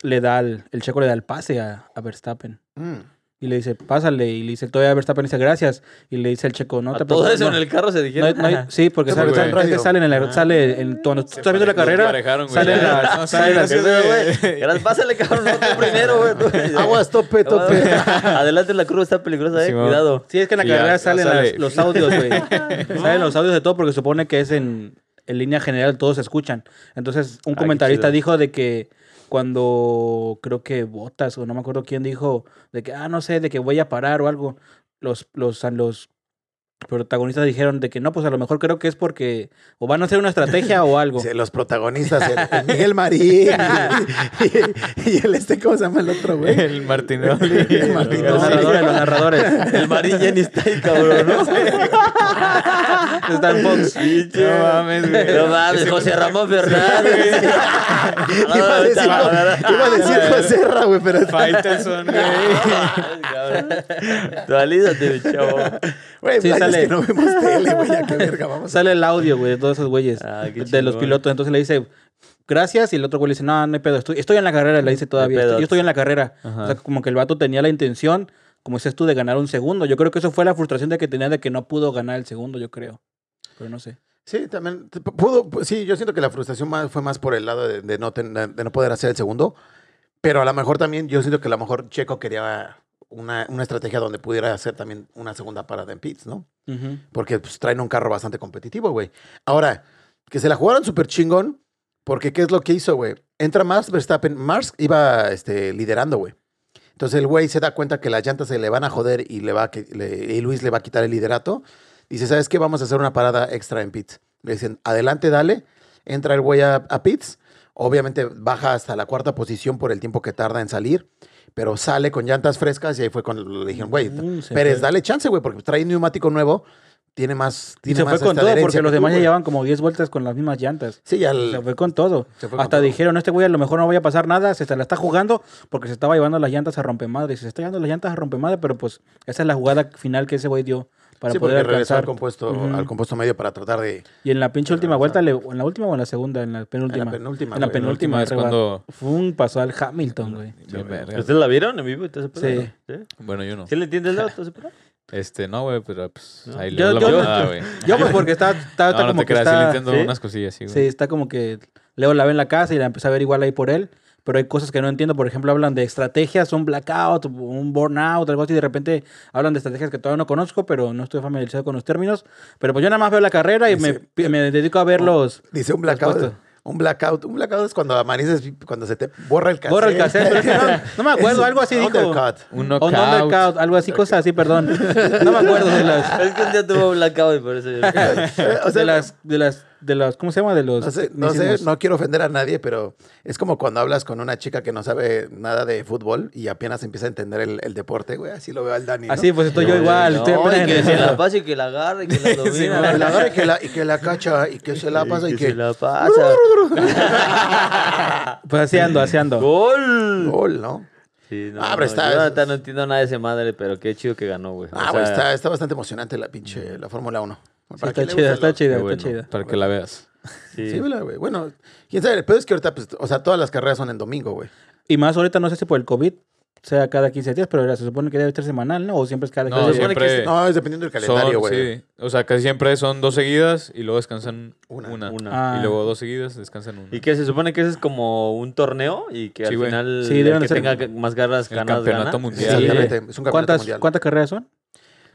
Speaker 1: le da el, el checo le da el pase a, a Verstappen.
Speaker 3: Mm.
Speaker 1: Y le dice, pásale. Y le dice, todavía Verstappen dice, gracias. Y le dice el checo, no
Speaker 2: A
Speaker 1: te
Speaker 2: todo
Speaker 1: preocupes,
Speaker 2: eso
Speaker 1: no-
Speaker 2: en el carro se
Speaker 1: no
Speaker 2: dijeron.
Speaker 1: hay- no hay- sí, porque
Speaker 3: Sí,
Speaker 1: sale, sale,
Speaker 4: porque está en
Speaker 1: es que
Speaker 3: radio.
Speaker 1: sale en la, sale en, cuando tú estás viendo la carrera, sale la- sale la-
Speaker 2: Gracias, Pásale, cabrón, no, tú primero, güey. tú.
Speaker 3: Aguas, tope, tope.
Speaker 2: Adelante, la curva está peligrosa, eh.
Speaker 4: Simón.
Speaker 2: Cuidado.
Speaker 1: Sí, es que en la
Speaker 4: Y ya-
Speaker 1: carrera
Speaker 4: ya
Speaker 1: salen las-
Speaker 4: sale.
Speaker 1: los audios, güey. salen los audios de todo porque supone que es en, en línea general, todos se escuchan. Entonces, un
Speaker 2: Ah, qué
Speaker 1: comentarista
Speaker 2: chido.
Speaker 1: dijo de que cuando creo que Botas o no me acuerdo quién dijo de que, ah, no sé, de que voy a parar o algo, los, los, a los protagonistas dijeron de que no, pues a lo mejor creo que es porque o van a hacer una estrategia o algo.
Speaker 3: Dice, los protagonistas, el, el Miguel Marín y, y- y el este, ¿cómo se llama el otro, güey?
Speaker 4: El Martino.
Speaker 3: El Martinoli.
Speaker 1: Los narradores, los narradores.
Speaker 2: El marín ya ni está ahí, cabrón, ¿no?
Speaker 1: Están Fox.
Speaker 4: No mames, güey.
Speaker 2: No mames,
Speaker 4: Ese
Speaker 2: José
Speaker 4: güey-
Speaker 2: Ramón Fernández.
Speaker 1: Ah,
Speaker 3: Iba a decir, iba a decir José Ra, güey, pero...
Speaker 4: Faitelson,
Speaker 2: Actualízate, mi chavo.
Speaker 3: Güey,
Speaker 1: Sí,
Speaker 3: Blas, es
Speaker 1: sale.
Speaker 3: que no vemos tele, güey, a qué verga, vamos.
Speaker 1: Sale el audio, güey, de todos esos güeyes.
Speaker 2: Ah, qué
Speaker 1: de los
Speaker 2: chingón.
Speaker 1: pilotos. Entonces le dice, gracias. Y el otro güey le dice, no, no hay pedo. Estoy, estoy en la carrera, le dice todavía.
Speaker 2: pedo.
Speaker 1: "estoy- yo estoy en la carrera.
Speaker 4: Ajá.
Speaker 1: O sea, como que el vato tenía la intención, como dices tú, de ganar un segundo. Yo creo que eso fue la frustración de que tenía de que no pudo ganar el segundo, yo creo. Pero no sé.
Speaker 3: Sí, también te- p- pudo, p- sí, yo siento que la frustración más- fue más por el lado de, de no ten- de no poder hacer el segundo, pero a lo mejor también yo siento que a lo mejor Checo quería una, una estrategia donde pudiera hacer también una segunda parada en pits, ¿no? Porque pues, traen un carro bastante competitivo, güey. Ahora, que se la jugaron súper chingón, porque ¿qué es lo que hizo, güey? Entra Max Verstappen. Max iba este, liderando, güey. Entonces el güey se da cuenta que las llantas se le van a joder y, le va a qui- le- y Luis le va a quitar el liderato. Dice, ¿sabes qué? Vamos a hacer una parada extra en pits. Le dicen, adelante, dale. Entra el güey a, a pits. Obviamente baja hasta la cuarta posición por el tiempo que tarda en salir. Pero sale con llantas frescas y ahí fue cuando le dijeron, güey,
Speaker 1: Mm, se
Speaker 3: Pérez,
Speaker 1: fue.
Speaker 3: dale chance, güey, porque trae un neumático nuevo, tiene más.
Speaker 1: Y
Speaker 3: Tiene
Speaker 1: se fue
Speaker 3: más
Speaker 1: con
Speaker 3: esta
Speaker 1: todo,
Speaker 3: adherencia
Speaker 1: porque los
Speaker 3: que tú,
Speaker 1: demás ya
Speaker 3: güey.
Speaker 1: llevan como 10 vueltas con las mismas llantas.
Speaker 3: Sí, ya. el-
Speaker 1: Se fue con todo.
Speaker 3: Se fue con
Speaker 1: Hasta
Speaker 3: todo.
Speaker 1: dijeron, este güey a lo mejor no vaya a pasar nada, se, se la está jugando porque se estaba llevando las llantas a rompemadre. Se está llevando las llantas a rompemadre, pero pues esa es la jugada final que ese güey dio para
Speaker 3: sí, porque
Speaker 1: poder
Speaker 3: regresó al
Speaker 1: alcanzar.
Speaker 3: compuesto,
Speaker 1: Ujú.
Speaker 3: al compuesto medio para tratar de.
Speaker 1: Y en la pinche última vuelta,
Speaker 3: regresar.
Speaker 1: le- o en la última o en la segunda, en la penúltima.
Speaker 3: En la penúltima.
Speaker 1: En la
Speaker 3: güey.
Speaker 1: penúltima.
Speaker 4: Última es
Speaker 1: arriba.
Speaker 4: cuando...
Speaker 1: Fum, pasó al Hamilton, güey.
Speaker 4: Bien verga.
Speaker 2: ¿Ustedes la vieron en vivo? y todo ese pedo,
Speaker 1: Sí.
Speaker 2: no? ¿Sí?
Speaker 4: Bueno, yo no.
Speaker 2: ¿Sí le entiendes la todo ese pedo?
Speaker 4: Este, no, güey, pero pues
Speaker 2: No.
Speaker 4: ahí le
Speaker 1: Yo-
Speaker 4: doy la
Speaker 1: yo-
Speaker 4: mamada, güey.
Speaker 1: Yo pues porque está, está, está
Speaker 4: No, no
Speaker 1: como
Speaker 4: te
Speaker 1: que
Speaker 4: creas, sí le
Speaker 1: está...
Speaker 4: entiendo
Speaker 2: ¿Sí?
Speaker 4: unas cosillas, sí, güey.
Speaker 1: Sí, está como que Leo la ve en la casa y la empecé a ver igual ahí por él. Pero hay cosas que no entiendo. Por ejemplo, hablan de estrategias, un blackout, un burnout, algo así. De repente hablan de estrategias que todavía no conozco, pero no estoy familiarizado con los términos. Pero pues yo nada más veo la carrera y me, me dedico a ver los...
Speaker 3: Dice un
Speaker 1: Los
Speaker 3: blackout. Un blackout. Un blackout es cuando amaneces, cuando se te borra el cassette.
Speaker 1: Borra el cassette, pero es que no- no me acuerdo,
Speaker 3: Es
Speaker 1: algo así dijo.
Speaker 3: undercut.
Speaker 4: Un
Speaker 1: o
Speaker 4: knockout.
Speaker 1: knockout, algo así, cosas así, perdón. No me acuerdo de las...
Speaker 2: Es que un día tuvo blackout y por eso... yo-
Speaker 3: O sea,
Speaker 1: de las, de las, de las, ¿cómo se llama? De los...
Speaker 3: No sé, no, sé,
Speaker 1: tecnicismos.
Speaker 3: no quiero ofender a nadie, pero es como cuando hablas con una chica que no sabe nada de fútbol y apenas empieza a entender el, el deporte, güey. Así lo veo al Dani. ¿no?
Speaker 1: Así, pues estoy yo igual.
Speaker 2: No,
Speaker 1: estoy apenas
Speaker 2: y que se la
Speaker 1: entendiendo.
Speaker 2: pase y que la agarre y que la domina.
Speaker 3: Que la agarre y que la, y que la cacha y que se la pasa y
Speaker 2: Y
Speaker 3: que.
Speaker 2: se la pasa.
Speaker 1: Pues así ando, así ando.
Speaker 2: ¡Gol!
Speaker 3: Gol, ¿no?
Speaker 2: Sí, no,
Speaker 3: Ah,
Speaker 2: no,
Speaker 3: pero está-
Speaker 2: yo la neta no entiendo nada de ese madre, pero qué chido que ganó, güey. O
Speaker 3: Ah, güey,
Speaker 2: sea,
Speaker 3: está, está bastante emocionante la pinche la Fórmula 1.
Speaker 1: Sí, está chida, está
Speaker 4: Qué
Speaker 1: chida, está
Speaker 4: bueno,
Speaker 1: chida.
Speaker 4: Para que la veas.
Speaker 2: sí.
Speaker 3: Sí, vela, güey. Bueno, quién sabe, pero es que ahorita, pues, o sea, todas las carreras son en domingo, güey.
Speaker 1: Y más ahorita, no sé si por el COVID sea cada 15 días, pero era- se supone que debe ser semanal, ¿no? O siempre es cada
Speaker 4: No,
Speaker 1: 15
Speaker 4: sí,
Speaker 1: días.
Speaker 4: siempre
Speaker 3: es- no, es dependiendo del calendario,
Speaker 4: Son,
Speaker 3: güey.
Speaker 4: sí. O sea, casi siempre son dos seguidas y luego descansan
Speaker 3: Una.
Speaker 4: una.
Speaker 2: Una.
Speaker 1: Ah.
Speaker 4: Y luego dos seguidas, descansan una.
Speaker 2: Y que se supone que ese es como un torneo y que
Speaker 4: Sí,
Speaker 2: al
Speaker 4: güey.
Speaker 2: final
Speaker 1: Sí,
Speaker 2: el
Speaker 1: deben
Speaker 2: que
Speaker 1: ser-
Speaker 2: tenga más garras
Speaker 4: El
Speaker 2: ganadas
Speaker 4: campeonato
Speaker 2: gana.
Speaker 4: mundial.
Speaker 1: Sí.
Speaker 3: Exactamente. Es un campeonato
Speaker 1: ¿Cuántas,
Speaker 3: mundial.
Speaker 1: ¿Cuántas carreras son?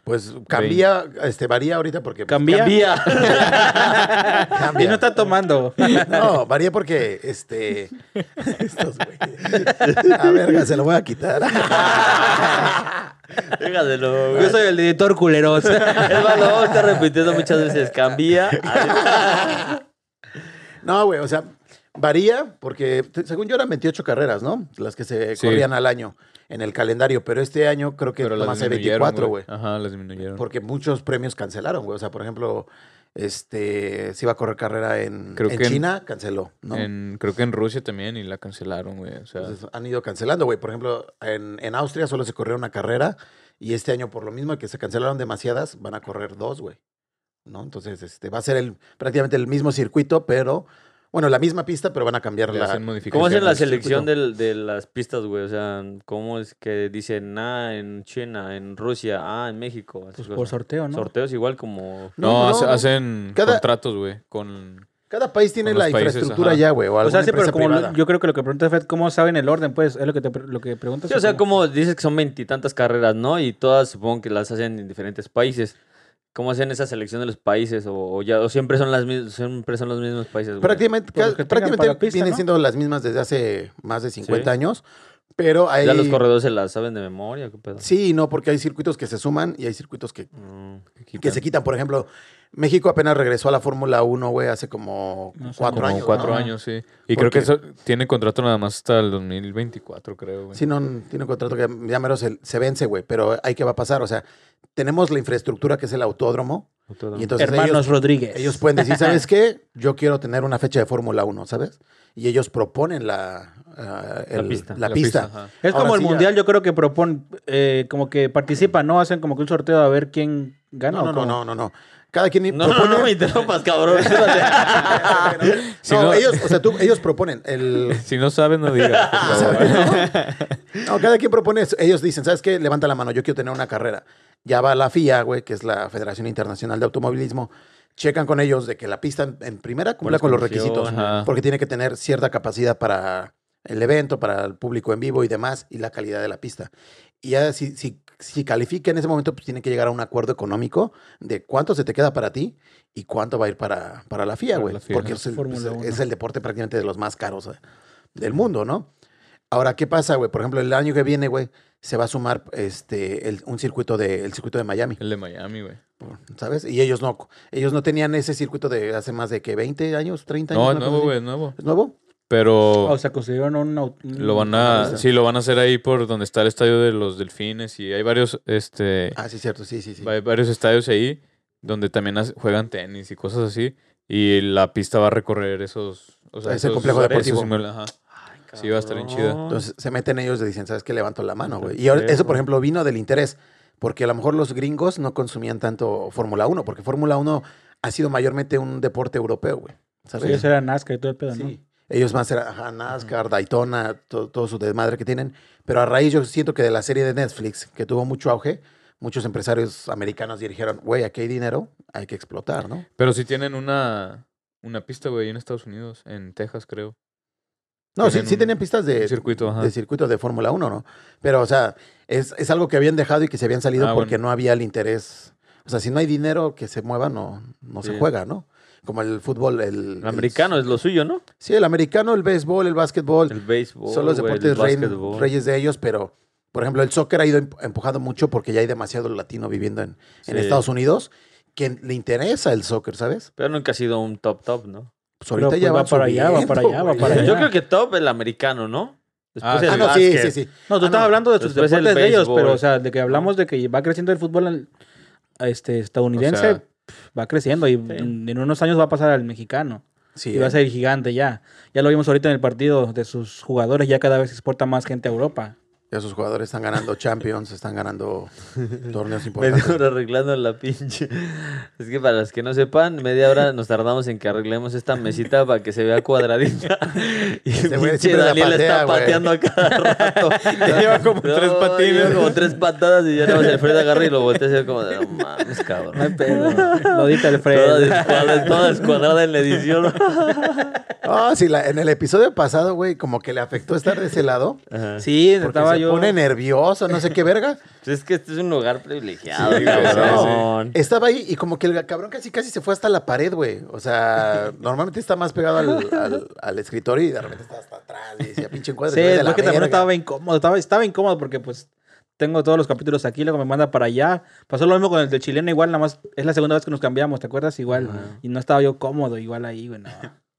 Speaker 3: Pues cambia, este, varía ahorita porque. pues,
Speaker 1: Cambia.
Speaker 2: Vía.
Speaker 3: cambia.
Speaker 1: Y no está tomando.
Speaker 3: No, varía porque, este. Estos, güey. A verga, se lo voy a quitar.
Speaker 2: Déjalo, güey.
Speaker 1: Yo soy el editor culeros.
Speaker 2: El balón está repitiendo muchas veces. Cambia.
Speaker 3: No, güey, o sea, varía porque te- según yo eran 28 carreras, ¿no? Las que se
Speaker 4: Sí.
Speaker 3: corrían al año en el calendario, pero este año creo que
Speaker 4: Pero las
Speaker 3: nomás hay
Speaker 4: disminuyeron,
Speaker 3: 24, güey.
Speaker 4: Ajá, las disminuyeron.
Speaker 3: Porque muchos premios cancelaron, güey. O sea, por ejemplo, este, se iba a correr carrera en,
Speaker 4: Creo
Speaker 3: en
Speaker 4: que en-
Speaker 3: China, canceló, ¿no?
Speaker 4: En- creo que en Rusia también y la cancelaron, güey. O sea,
Speaker 3: Entonces, han ido cancelando, güey. Por ejemplo, en, en Austria solo se corrió una carrera y este año, por lo mismo que se cancelaron demasiadas, van a correr dos, güey. ¿No? Entonces, este, va a ser el, prácticamente el mismo circuito, pero, bueno, la misma pista, pero van a cambiar
Speaker 4: le
Speaker 3: la...
Speaker 4: hacen
Speaker 2: ¿Cómo hacen la
Speaker 4: modificaciones.
Speaker 2: selección del- de las pistas, güey? O sea, ¿cómo es que dicen, ah, en China, en Rusia, ah, en México? así
Speaker 1: Pues
Speaker 2: cosas?
Speaker 1: por sorteo, ¿no?
Speaker 2: Sorteos igual como...
Speaker 3: No, no,
Speaker 4: No, hace-
Speaker 3: no.
Speaker 4: hacen
Speaker 3: Cada-
Speaker 4: contratos, güey, con...
Speaker 3: Cada país tiene
Speaker 4: Con los
Speaker 3: la
Speaker 4: países,
Speaker 3: infraestructura
Speaker 4: ajá.
Speaker 3: ya, güey. O,
Speaker 1: O sea, sí, pero
Speaker 3: empresa
Speaker 1: como lo-
Speaker 3: privada.
Speaker 1: yo creo que lo que pregunta Fed, ¿cómo saben el orden? Pues es lo que te pre- lo que preguntas.
Speaker 2: Sí, o sea,
Speaker 1: cómo?
Speaker 2: como dices que son veintitantas carreras, ¿no? Y todas supongo que las hacen en diferentes países. ¿Cómo hacen esa selección de los países? O, o ya, o siempre son las mis- siempre son los mismos países. güey?
Speaker 3: Prácticamente,
Speaker 1: Pues los que tengan
Speaker 3: ca- prácticamente
Speaker 1: para pista,
Speaker 3: vienen
Speaker 1: ¿no?
Speaker 3: siendo las mismas desde hace más de 50 años, pero hay...
Speaker 2: Ya los corredores se las saben de memoria, ¿qué pedo?
Speaker 3: Sí, y no, porque hay circuitos que se suman y hay circuitos que,
Speaker 2: Mm.
Speaker 3: que se quitan. Por ejemplo, México apenas regresó a la Fórmula 1, güey, hace como
Speaker 1: No sé,
Speaker 3: cuatro
Speaker 4: Como
Speaker 3: años.
Speaker 4: cuatro
Speaker 3: ¿no?
Speaker 4: años, sí. Y
Speaker 3: ¿Por
Speaker 4: creo que
Speaker 3: qué?
Speaker 4: eso tiene contrato nada más hasta el 2024, creo, güey.
Speaker 3: Sí, no, n- tiene un contrato que ya mero se, se vence, güey, pero hay que va a pasar. O sea, tenemos la infraestructura que es el autódromo y entonces
Speaker 1: Hermanos
Speaker 3: ellos,
Speaker 1: Rodríguez.
Speaker 3: ellos pueden decir, ¿sabes qué? Yo quiero tener una fecha de Fórmula 1, ¿sabes? Y ellos proponen la, ah, el- la pista.
Speaker 2: pista.
Speaker 4: La ajá.
Speaker 1: es como
Speaker 3: ahora
Speaker 1: el
Speaker 3: sí ya-
Speaker 1: mundial, yo creo que propon, eh, como que participan, ¿no? Hacen como que un sorteo a ver quién gana.
Speaker 3: No,
Speaker 1: ¿o
Speaker 3: no, no,
Speaker 1: cómo?
Speaker 3: no, no, no. Cada quien
Speaker 2: No, no,
Speaker 3: propone-
Speaker 2: no me interrumpas, cabrón.
Speaker 4: Si
Speaker 3: no,
Speaker 4: no-
Speaker 3: ellos, o sea, tú- ellos proponen el,
Speaker 4: Si no sabes, no digas. por favor.
Speaker 3: No, cada quien propone eso. Ellos dicen, ¿sabes qué? Levanta la mano, yo quiero tener una carrera. Ya va la FIA, güey, que es la Federación Internacional de Automovilismo. Checan con ellos de que la pista en- en primera cumpla
Speaker 2: Buenas
Speaker 3: con los
Speaker 2: condiciones,
Speaker 3: requisitos.
Speaker 4: ajá.
Speaker 3: Porque tiene que tener cierta capacidad para el evento, para el público en vivo y demás, y la calidad de la pista. Y ya si, si, si califica en ese momento, pues tiene que llegar a un acuerdo económico de cuánto se te queda para ti y cuánto va a ir para, para la FIA,
Speaker 4: Para
Speaker 3: güey.
Speaker 4: la FIA.
Speaker 3: Porque es el,
Speaker 1: Fórmula
Speaker 3: pues,
Speaker 1: Uno.
Speaker 3: es el deporte prácticamente de los más caros eh, del mundo, ¿no? Ahora, ¿qué pasa, güey? Por ejemplo, el año que viene, güey, se va a sumar este, el- un circuito de, el circuito de Miami,
Speaker 4: El de Miami, güey.
Speaker 3: ¿sabes? Y ellos no, ellos no tenían ese circuito de hace más de que 20 años, 30 años.
Speaker 4: No, es
Speaker 3: una
Speaker 4: nuevo,
Speaker 3: cosa
Speaker 4: güey,
Speaker 3: así. Ah,
Speaker 4: es nuevo.
Speaker 3: ¿Es nuevo?
Speaker 4: Pero
Speaker 1: O sea, consiguieron un... au-
Speaker 3: mm,
Speaker 1: un-
Speaker 4: lo van
Speaker 3: Ahí
Speaker 4: a...
Speaker 3: está.
Speaker 4: Sí, lo van a hacer ahí por donde está el estadio de los delfines y hay varios, este...
Speaker 3: Ah, sí, cierto, sí, sí, sí.
Speaker 4: Hay varios estadios ahí donde también hace- juegan tenis y cosas así. Y la pista va a recorrer esos. O sea,
Speaker 3: Ese
Speaker 4: esos-
Speaker 3: complejo
Speaker 4: esos
Speaker 3: deportivo.
Speaker 4: simula- ajá. Sí, va a estar bien chida.
Speaker 3: Entonces se meten ellos y dicen, ¿sabes qué? Levanto la mano, güey. Y ahora- eso, por ejemplo, vino del interés, porque a lo mejor los gringos no consumían tanto Fórmula 1, porque Fórmula 1 ha sido mayormente un deporte europeo, güey.
Speaker 1: Sí,
Speaker 3: ¿Sabes?
Speaker 1: eso era Nazca y todo el pedo, ¿no?
Speaker 3: Sí. Ellos más eran ajá, NASCAR, Daytona, todo, todo su desmadre que tienen. Pero a raíz yo siento que de la serie de Netflix, que tuvo mucho auge, muchos empresarios americanos dijeron, güey, aquí hay dinero, hay que explotar, ¿no?
Speaker 4: Pero sí tienen una, una pista, güey, en Estados Unidos, en Texas, creo.
Speaker 3: No, sí,
Speaker 4: Tienen
Speaker 3: sí
Speaker 4: un-
Speaker 3: tenían pistas de,
Speaker 4: un circuito, ajá.
Speaker 3: de circuito de Fórmula 1, ¿no? Pero, o sea, es, es algo que habían dejado y que se habían salido
Speaker 4: Ah,
Speaker 3: porque
Speaker 4: bueno.
Speaker 3: no había el interés. O sea, si no hay dinero que se mueva, no, no se
Speaker 2: Sí.
Speaker 3: juega, ¿no? Como el fútbol, el...
Speaker 2: El americano
Speaker 3: el-
Speaker 2: es lo suyo, ¿no?
Speaker 3: sí, el americano, el béisbol, el básquetbol.
Speaker 2: El béisbol.
Speaker 3: son los
Speaker 2: güey, el
Speaker 3: deportes rein-
Speaker 2: básquetbol.
Speaker 3: reyes de ellos, pero, por ejemplo, el soccer ha ido emp- empujado mucho porque ya hay demasiado latino viviendo en, en
Speaker 2: Sí.
Speaker 3: Estados Unidos que le interesa el soccer, ¿sabes?
Speaker 2: Pero nunca ha sido un top top, ¿no?
Speaker 3: Pues ahorita
Speaker 1: pues
Speaker 3: ya
Speaker 1: va
Speaker 3: van
Speaker 1: para allá, va
Speaker 3: subiendo,
Speaker 1: para allá, va
Speaker 3: güey.
Speaker 1: para allá.
Speaker 2: Yo creo que top el americano, ¿no?
Speaker 4: Ah,
Speaker 2: el
Speaker 3: Ah, no, sí, sí,
Speaker 2: básquet.
Speaker 3: sí.
Speaker 1: No, tú
Speaker 3: Ah,
Speaker 1: estás
Speaker 3: no.
Speaker 1: hablando de sus
Speaker 2: Después el
Speaker 1: deportes de ellos,
Speaker 2: béisbol.
Speaker 1: pero, o sea, de que hablamos de que va creciendo el fútbol al- a este, estadounidense,
Speaker 4: O sea-
Speaker 1: pf, va creciendo y en en unos años va a pasar al mexicano.
Speaker 3: Sí,
Speaker 1: y va
Speaker 3: ¿eh?
Speaker 1: a ser gigante ya. Ya lo vimos ahorita en el partido de sus jugadores, ya cada vez exporta más gente a Europa.
Speaker 3: Esos jugadores están ganando Champions, están ganando torneos
Speaker 2: Media
Speaker 3: importantes.
Speaker 2: hora arreglando la pinche. Es que para los que no sepan, media hora nos tardamos en que arreglemos esta mesita para que se vea cuadradita. Y
Speaker 3: güey
Speaker 2: pinche
Speaker 3: siempre la
Speaker 2: Daniel
Speaker 3: patea,
Speaker 2: está
Speaker 3: güey.
Speaker 2: pateando a cada rato.
Speaker 4: Ya lleva como tres patines.
Speaker 2: lleva como tres patadas y ya nada más el Fred agarra y lo voltea así como de, no mames, cabrón.
Speaker 1: No hay pedo. lo edita el
Speaker 2: Toda
Speaker 1: Fred.
Speaker 2: descuadrada, toda descuadrada en la edición.
Speaker 3: Ah, sí, la- en el episodio pasado, güey, como que le afectó estar de ese lado.
Speaker 2: Ajá.
Speaker 1: Sí,
Speaker 3: Porque
Speaker 1: estaba
Speaker 3: se
Speaker 1: yo.
Speaker 3: pone nervioso, no sé qué verga.
Speaker 2: Es que este es un lugar privilegiado,
Speaker 4: Sí, güey,
Speaker 2: cabrón.
Speaker 3: Estaba ahí y como que el cabrón casi casi se fue hasta la pared, güey. O sea, normalmente está más pegado al, al- al escritorio y de repente está hasta atrás y decía, pinche encuadre.
Speaker 1: Sí,
Speaker 3: se ve de
Speaker 1: es
Speaker 3: la
Speaker 1: que también
Speaker 3: verga".
Speaker 1: estaba incómodo, estaba, estaba incómodo porque pues tengo todos los capítulos aquí, luego me manda para allá. Pasó lo mismo con el del chileno, igual nada más, es la segunda vez que nos cambiamos, ¿te acuerdas? Igual,
Speaker 2: Ajá.
Speaker 1: y no estaba yo cómodo igual ahí, güey. no.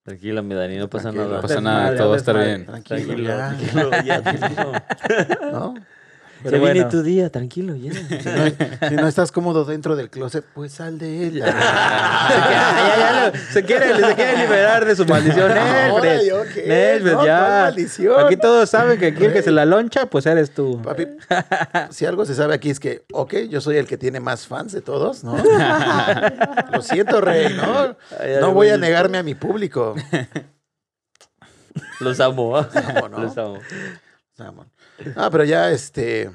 Speaker 2: Tranquilo, mi Dani, no pasa
Speaker 3: Tranquilo.
Speaker 2: nada.
Speaker 4: No pasa nada,
Speaker 1: Desmadre,
Speaker 4: todo va a estar
Speaker 1: desmadre.
Speaker 4: bien.
Speaker 3: Tranquilo,
Speaker 2: Tranquilo,
Speaker 3: ya,
Speaker 2: tranquilo, ya, tranquilo.
Speaker 3: ¿no?
Speaker 1: Pero
Speaker 2: Se viene
Speaker 1: bueno.
Speaker 2: tu día, tranquilo, ya.
Speaker 3: Si no, si no estás cómodo dentro del closet, pues sal de él.
Speaker 1: Se que- ay, ay, ay, lo- se quiere, se quiere liberar de su maldición.
Speaker 3: Ahora,
Speaker 1: Nelbres.
Speaker 3: ¿yo qué?
Speaker 1: Nelbres,
Speaker 3: No,
Speaker 1: ya.
Speaker 3: ¿cuál maldición?
Speaker 1: Aquí todos saben que aquí el que
Speaker 3: Güey.
Speaker 1: se la loncha, pues eres tú.
Speaker 3: Papi, si algo se sabe aquí es que, ok, yo soy el que tiene más fans de todos, ¿no? Lo siento, Rey, ¿no?
Speaker 2: Ay, ay,
Speaker 3: No voy
Speaker 2: güey,
Speaker 3: a
Speaker 2: es-
Speaker 3: negarme a mi público.
Speaker 2: Los amo, ¿ah?
Speaker 3: amo, ¿no?
Speaker 2: Los amo.
Speaker 3: Ramón. Ah, pero ya, este,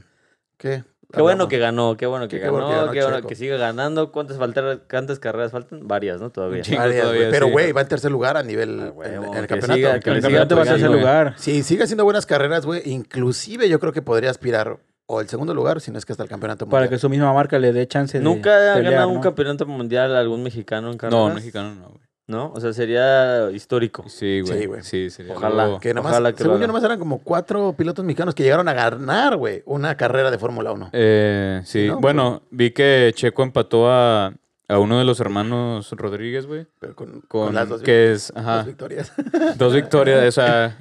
Speaker 3: ¿qué?
Speaker 2: Qué bueno que ganó, qué bueno que
Speaker 3: Qué bueno que
Speaker 2: ganó,
Speaker 3: ganó
Speaker 2: qué bueno
Speaker 3: Checo.
Speaker 2: que siga ganando. ¿Cuántas, faltar- cuántas carreras faltan? Varias, ¿no? Todavía.
Speaker 4: Sí,
Speaker 3: Varias,
Speaker 4: todavía,
Speaker 3: Ah, güey, pero,
Speaker 4: sí.
Speaker 3: güey, va en tercer lugar a nivel
Speaker 2: Ah, güey,
Speaker 3: en- en,
Speaker 2: bueno,
Speaker 3: el
Speaker 2: que
Speaker 3: campeonato.
Speaker 2: siga, que
Speaker 1: el
Speaker 2: le
Speaker 1: campeonato
Speaker 2: siga
Speaker 1: va a tercer
Speaker 2: pegando,
Speaker 1: lugar.
Speaker 3: Si sigue haciendo buenas carreras, güey, inclusive yo creo que podría aspirar o el segundo lugar, si no es que hasta el campeonato
Speaker 1: Para que
Speaker 3: mundial.
Speaker 1: su misma marca le dé chance de.
Speaker 2: ¿Nunca ha
Speaker 1: pelear,
Speaker 2: ganado un
Speaker 1: ¿no?
Speaker 2: campeonato mundial algún mexicano en carreras?
Speaker 4: No, mexicano no, güey.
Speaker 2: ¿No? O sea, sería histórico.
Speaker 4: Sí, güey.
Speaker 3: Sí,
Speaker 4: Sí,
Speaker 3: güey.
Speaker 4: sería
Speaker 2: Ojalá.
Speaker 4: algo-
Speaker 3: Que nada más,
Speaker 2: Ojalá que lo
Speaker 3: según yo,
Speaker 2: haga.
Speaker 3: nomás eran como cuatro pilotos mexicanos que llegaron a ganar, güey, una carrera de Fórmula 1.
Speaker 4: Eh, sí,
Speaker 3: ¿No?
Speaker 4: bueno, vi que Checo empató a, a a uno de los hermanos Rodríguez, güey.
Speaker 3: Pero con, con
Speaker 4: Con,
Speaker 3: las dos, vic-
Speaker 4: que es,
Speaker 3: dos
Speaker 4: ajá,
Speaker 3: victorias.
Speaker 4: dos victorias, o sea,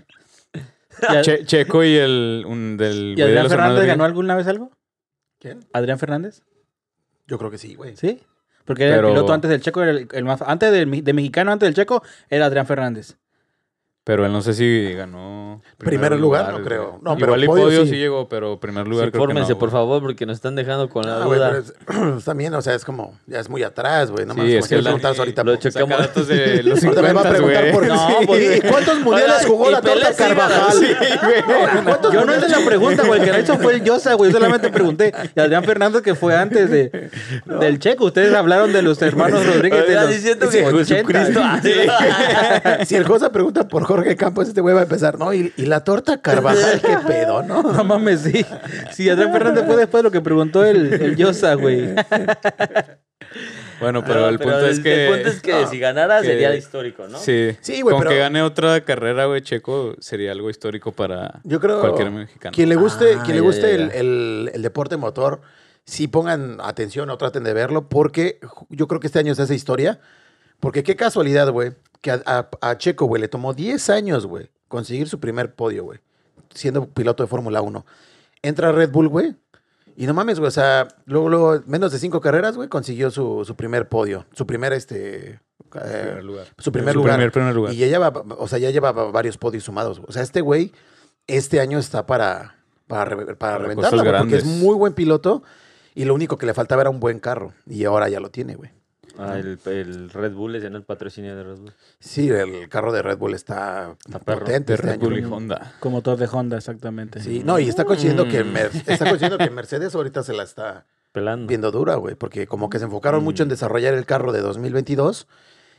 Speaker 1: a-
Speaker 4: Che- Checo y el un, del
Speaker 1: ¿Y
Speaker 4: güey de
Speaker 1: Adrián
Speaker 4: los hermanos
Speaker 1: Fernández ganó
Speaker 4: Rodríguez.
Speaker 1: alguna vez algo?
Speaker 3: ¿Quién?
Speaker 1: ¿Adrián Fernández?
Speaker 3: Yo creo que sí, güey.
Speaker 1: Sí. Porque era
Speaker 4: Pero-
Speaker 1: el piloto antes del Checo, era el, el más, antes del, mi- de mexicano, antes del Checo, era Adrián Fernández.
Speaker 4: Pero él no sé si ganó
Speaker 3: Primer lugar, no
Speaker 4: güey.
Speaker 3: creo. No, pero
Speaker 4: Igual y
Speaker 3: podio
Speaker 4: podio,
Speaker 3: sí.
Speaker 4: sí. llegó, pero primer lugar creo que no,
Speaker 2: Infórmense,
Speaker 4: güey.
Speaker 2: por favor, porque nos están dejando con la
Speaker 3: Ah, güey,
Speaker 2: duda.
Speaker 3: pero es- también, o sea, es como, ya es muy atrás, güey. No
Speaker 4: Sí,
Speaker 3: más,
Speaker 4: es
Speaker 3: como si
Speaker 4: que
Speaker 3: me
Speaker 4: la-
Speaker 3: preguntas ahorita.
Speaker 2: lo
Speaker 3: por-
Speaker 2: he hecho-
Speaker 4: Saca datos de los
Speaker 3: Ahorita me va a
Speaker 4: 50,
Speaker 3: preguntar
Speaker 4: güey.
Speaker 3: por
Speaker 1: No,
Speaker 3: sí.
Speaker 1: pues,
Speaker 3: ¿Y ¿Cuántos mundiales
Speaker 2: Oiga,
Speaker 3: jugó
Speaker 2: y
Speaker 3: la torta
Speaker 2: Pelé sí ganó.
Speaker 3: Carvajal?
Speaker 2: Sí,
Speaker 3: ¿Cuántos
Speaker 1: Yo no hice
Speaker 3: mundiales-
Speaker 1: la pregunta, güey. El que la hizo fue el Yosa, güey. Yo solamente pregunté. Y Adrián Fernández, que fue antes de, del Checo. Ustedes hablaron de los hermanos Rodríguez. De los Ah,
Speaker 2: Estás diciendo que
Speaker 1: 80.
Speaker 2: Jesucristo.
Speaker 3: Si el Josa pregunta por Jorge Campos, este güey va a empezar, ¿no? ¿Y, y la torta Carvajal? ¿Qué pedo, no?
Speaker 1: No mames, sí. Sí, Adrián Fernández fue después de lo que preguntó el, el Yosa, güey.
Speaker 4: Bueno, pero el punto es que Ah.
Speaker 2: El punto es que si ganara
Speaker 4: que-
Speaker 2: sería histórico, ¿no?
Speaker 4: Sí,
Speaker 3: Sí, güey,
Speaker 4: Con
Speaker 3: pero-
Speaker 4: que gane otra carrera, güey, Checo, sería algo histórico para
Speaker 3: Yo creo
Speaker 4: cualquier mexicano.
Speaker 3: Quien le guste,
Speaker 2: Ah,
Speaker 3: quien le
Speaker 2: ya,
Speaker 3: guste
Speaker 2: ya,
Speaker 3: el,
Speaker 2: ya.
Speaker 3: el- el deporte motor, sí pongan atención o traten de verlo, porque ju- yo creo que este año se hace historia. Porque qué casualidad, güey, que a, a- a Checo, güey, le tomó 10 años, güey, conseguir su primer podio, güey, siendo piloto de Fórmula 1. Entra a Red Bull, güey, y no mames, güey, o sea, luego, luego, menos de cinco carreras, güey, consiguió su, su primer podio, su primer, este, eh,
Speaker 4: Primer lugar.
Speaker 3: su primer
Speaker 4: Su
Speaker 3: lugar.
Speaker 4: primer- primer lugar.
Speaker 3: Y ya lleva, o sea, ya lleva varios podios sumados. güey. O sea, este güey este año está para, para, re- para reventarla,
Speaker 4: cosas
Speaker 3: güey, porque es
Speaker 4: grandes.
Speaker 3: muy buen piloto y lo único que le faltaba era un buen carro. Y ahora ya lo tiene, güey.
Speaker 2: Ah, el, el Red Bull es en el patrocinio de Red Bull.
Speaker 3: Sí, el carro de Red Bull está,
Speaker 2: Está perro.
Speaker 3: potente
Speaker 4: De
Speaker 3: este
Speaker 4: Red
Speaker 3: año.
Speaker 4: Bull y
Speaker 3: güey.
Speaker 4: Honda.
Speaker 1: Como motor de Honda, exactamente.
Speaker 3: Sí, no, y está coincidiendo, que
Speaker 4: Mm.
Speaker 3: Mer- está coincidiendo que Mercedes ahorita se la está
Speaker 2: Pelando.
Speaker 3: viendo dura, güey, porque como que se enfocaron mucho en
Speaker 4: Mm.
Speaker 3: desarrollar el carro de 2022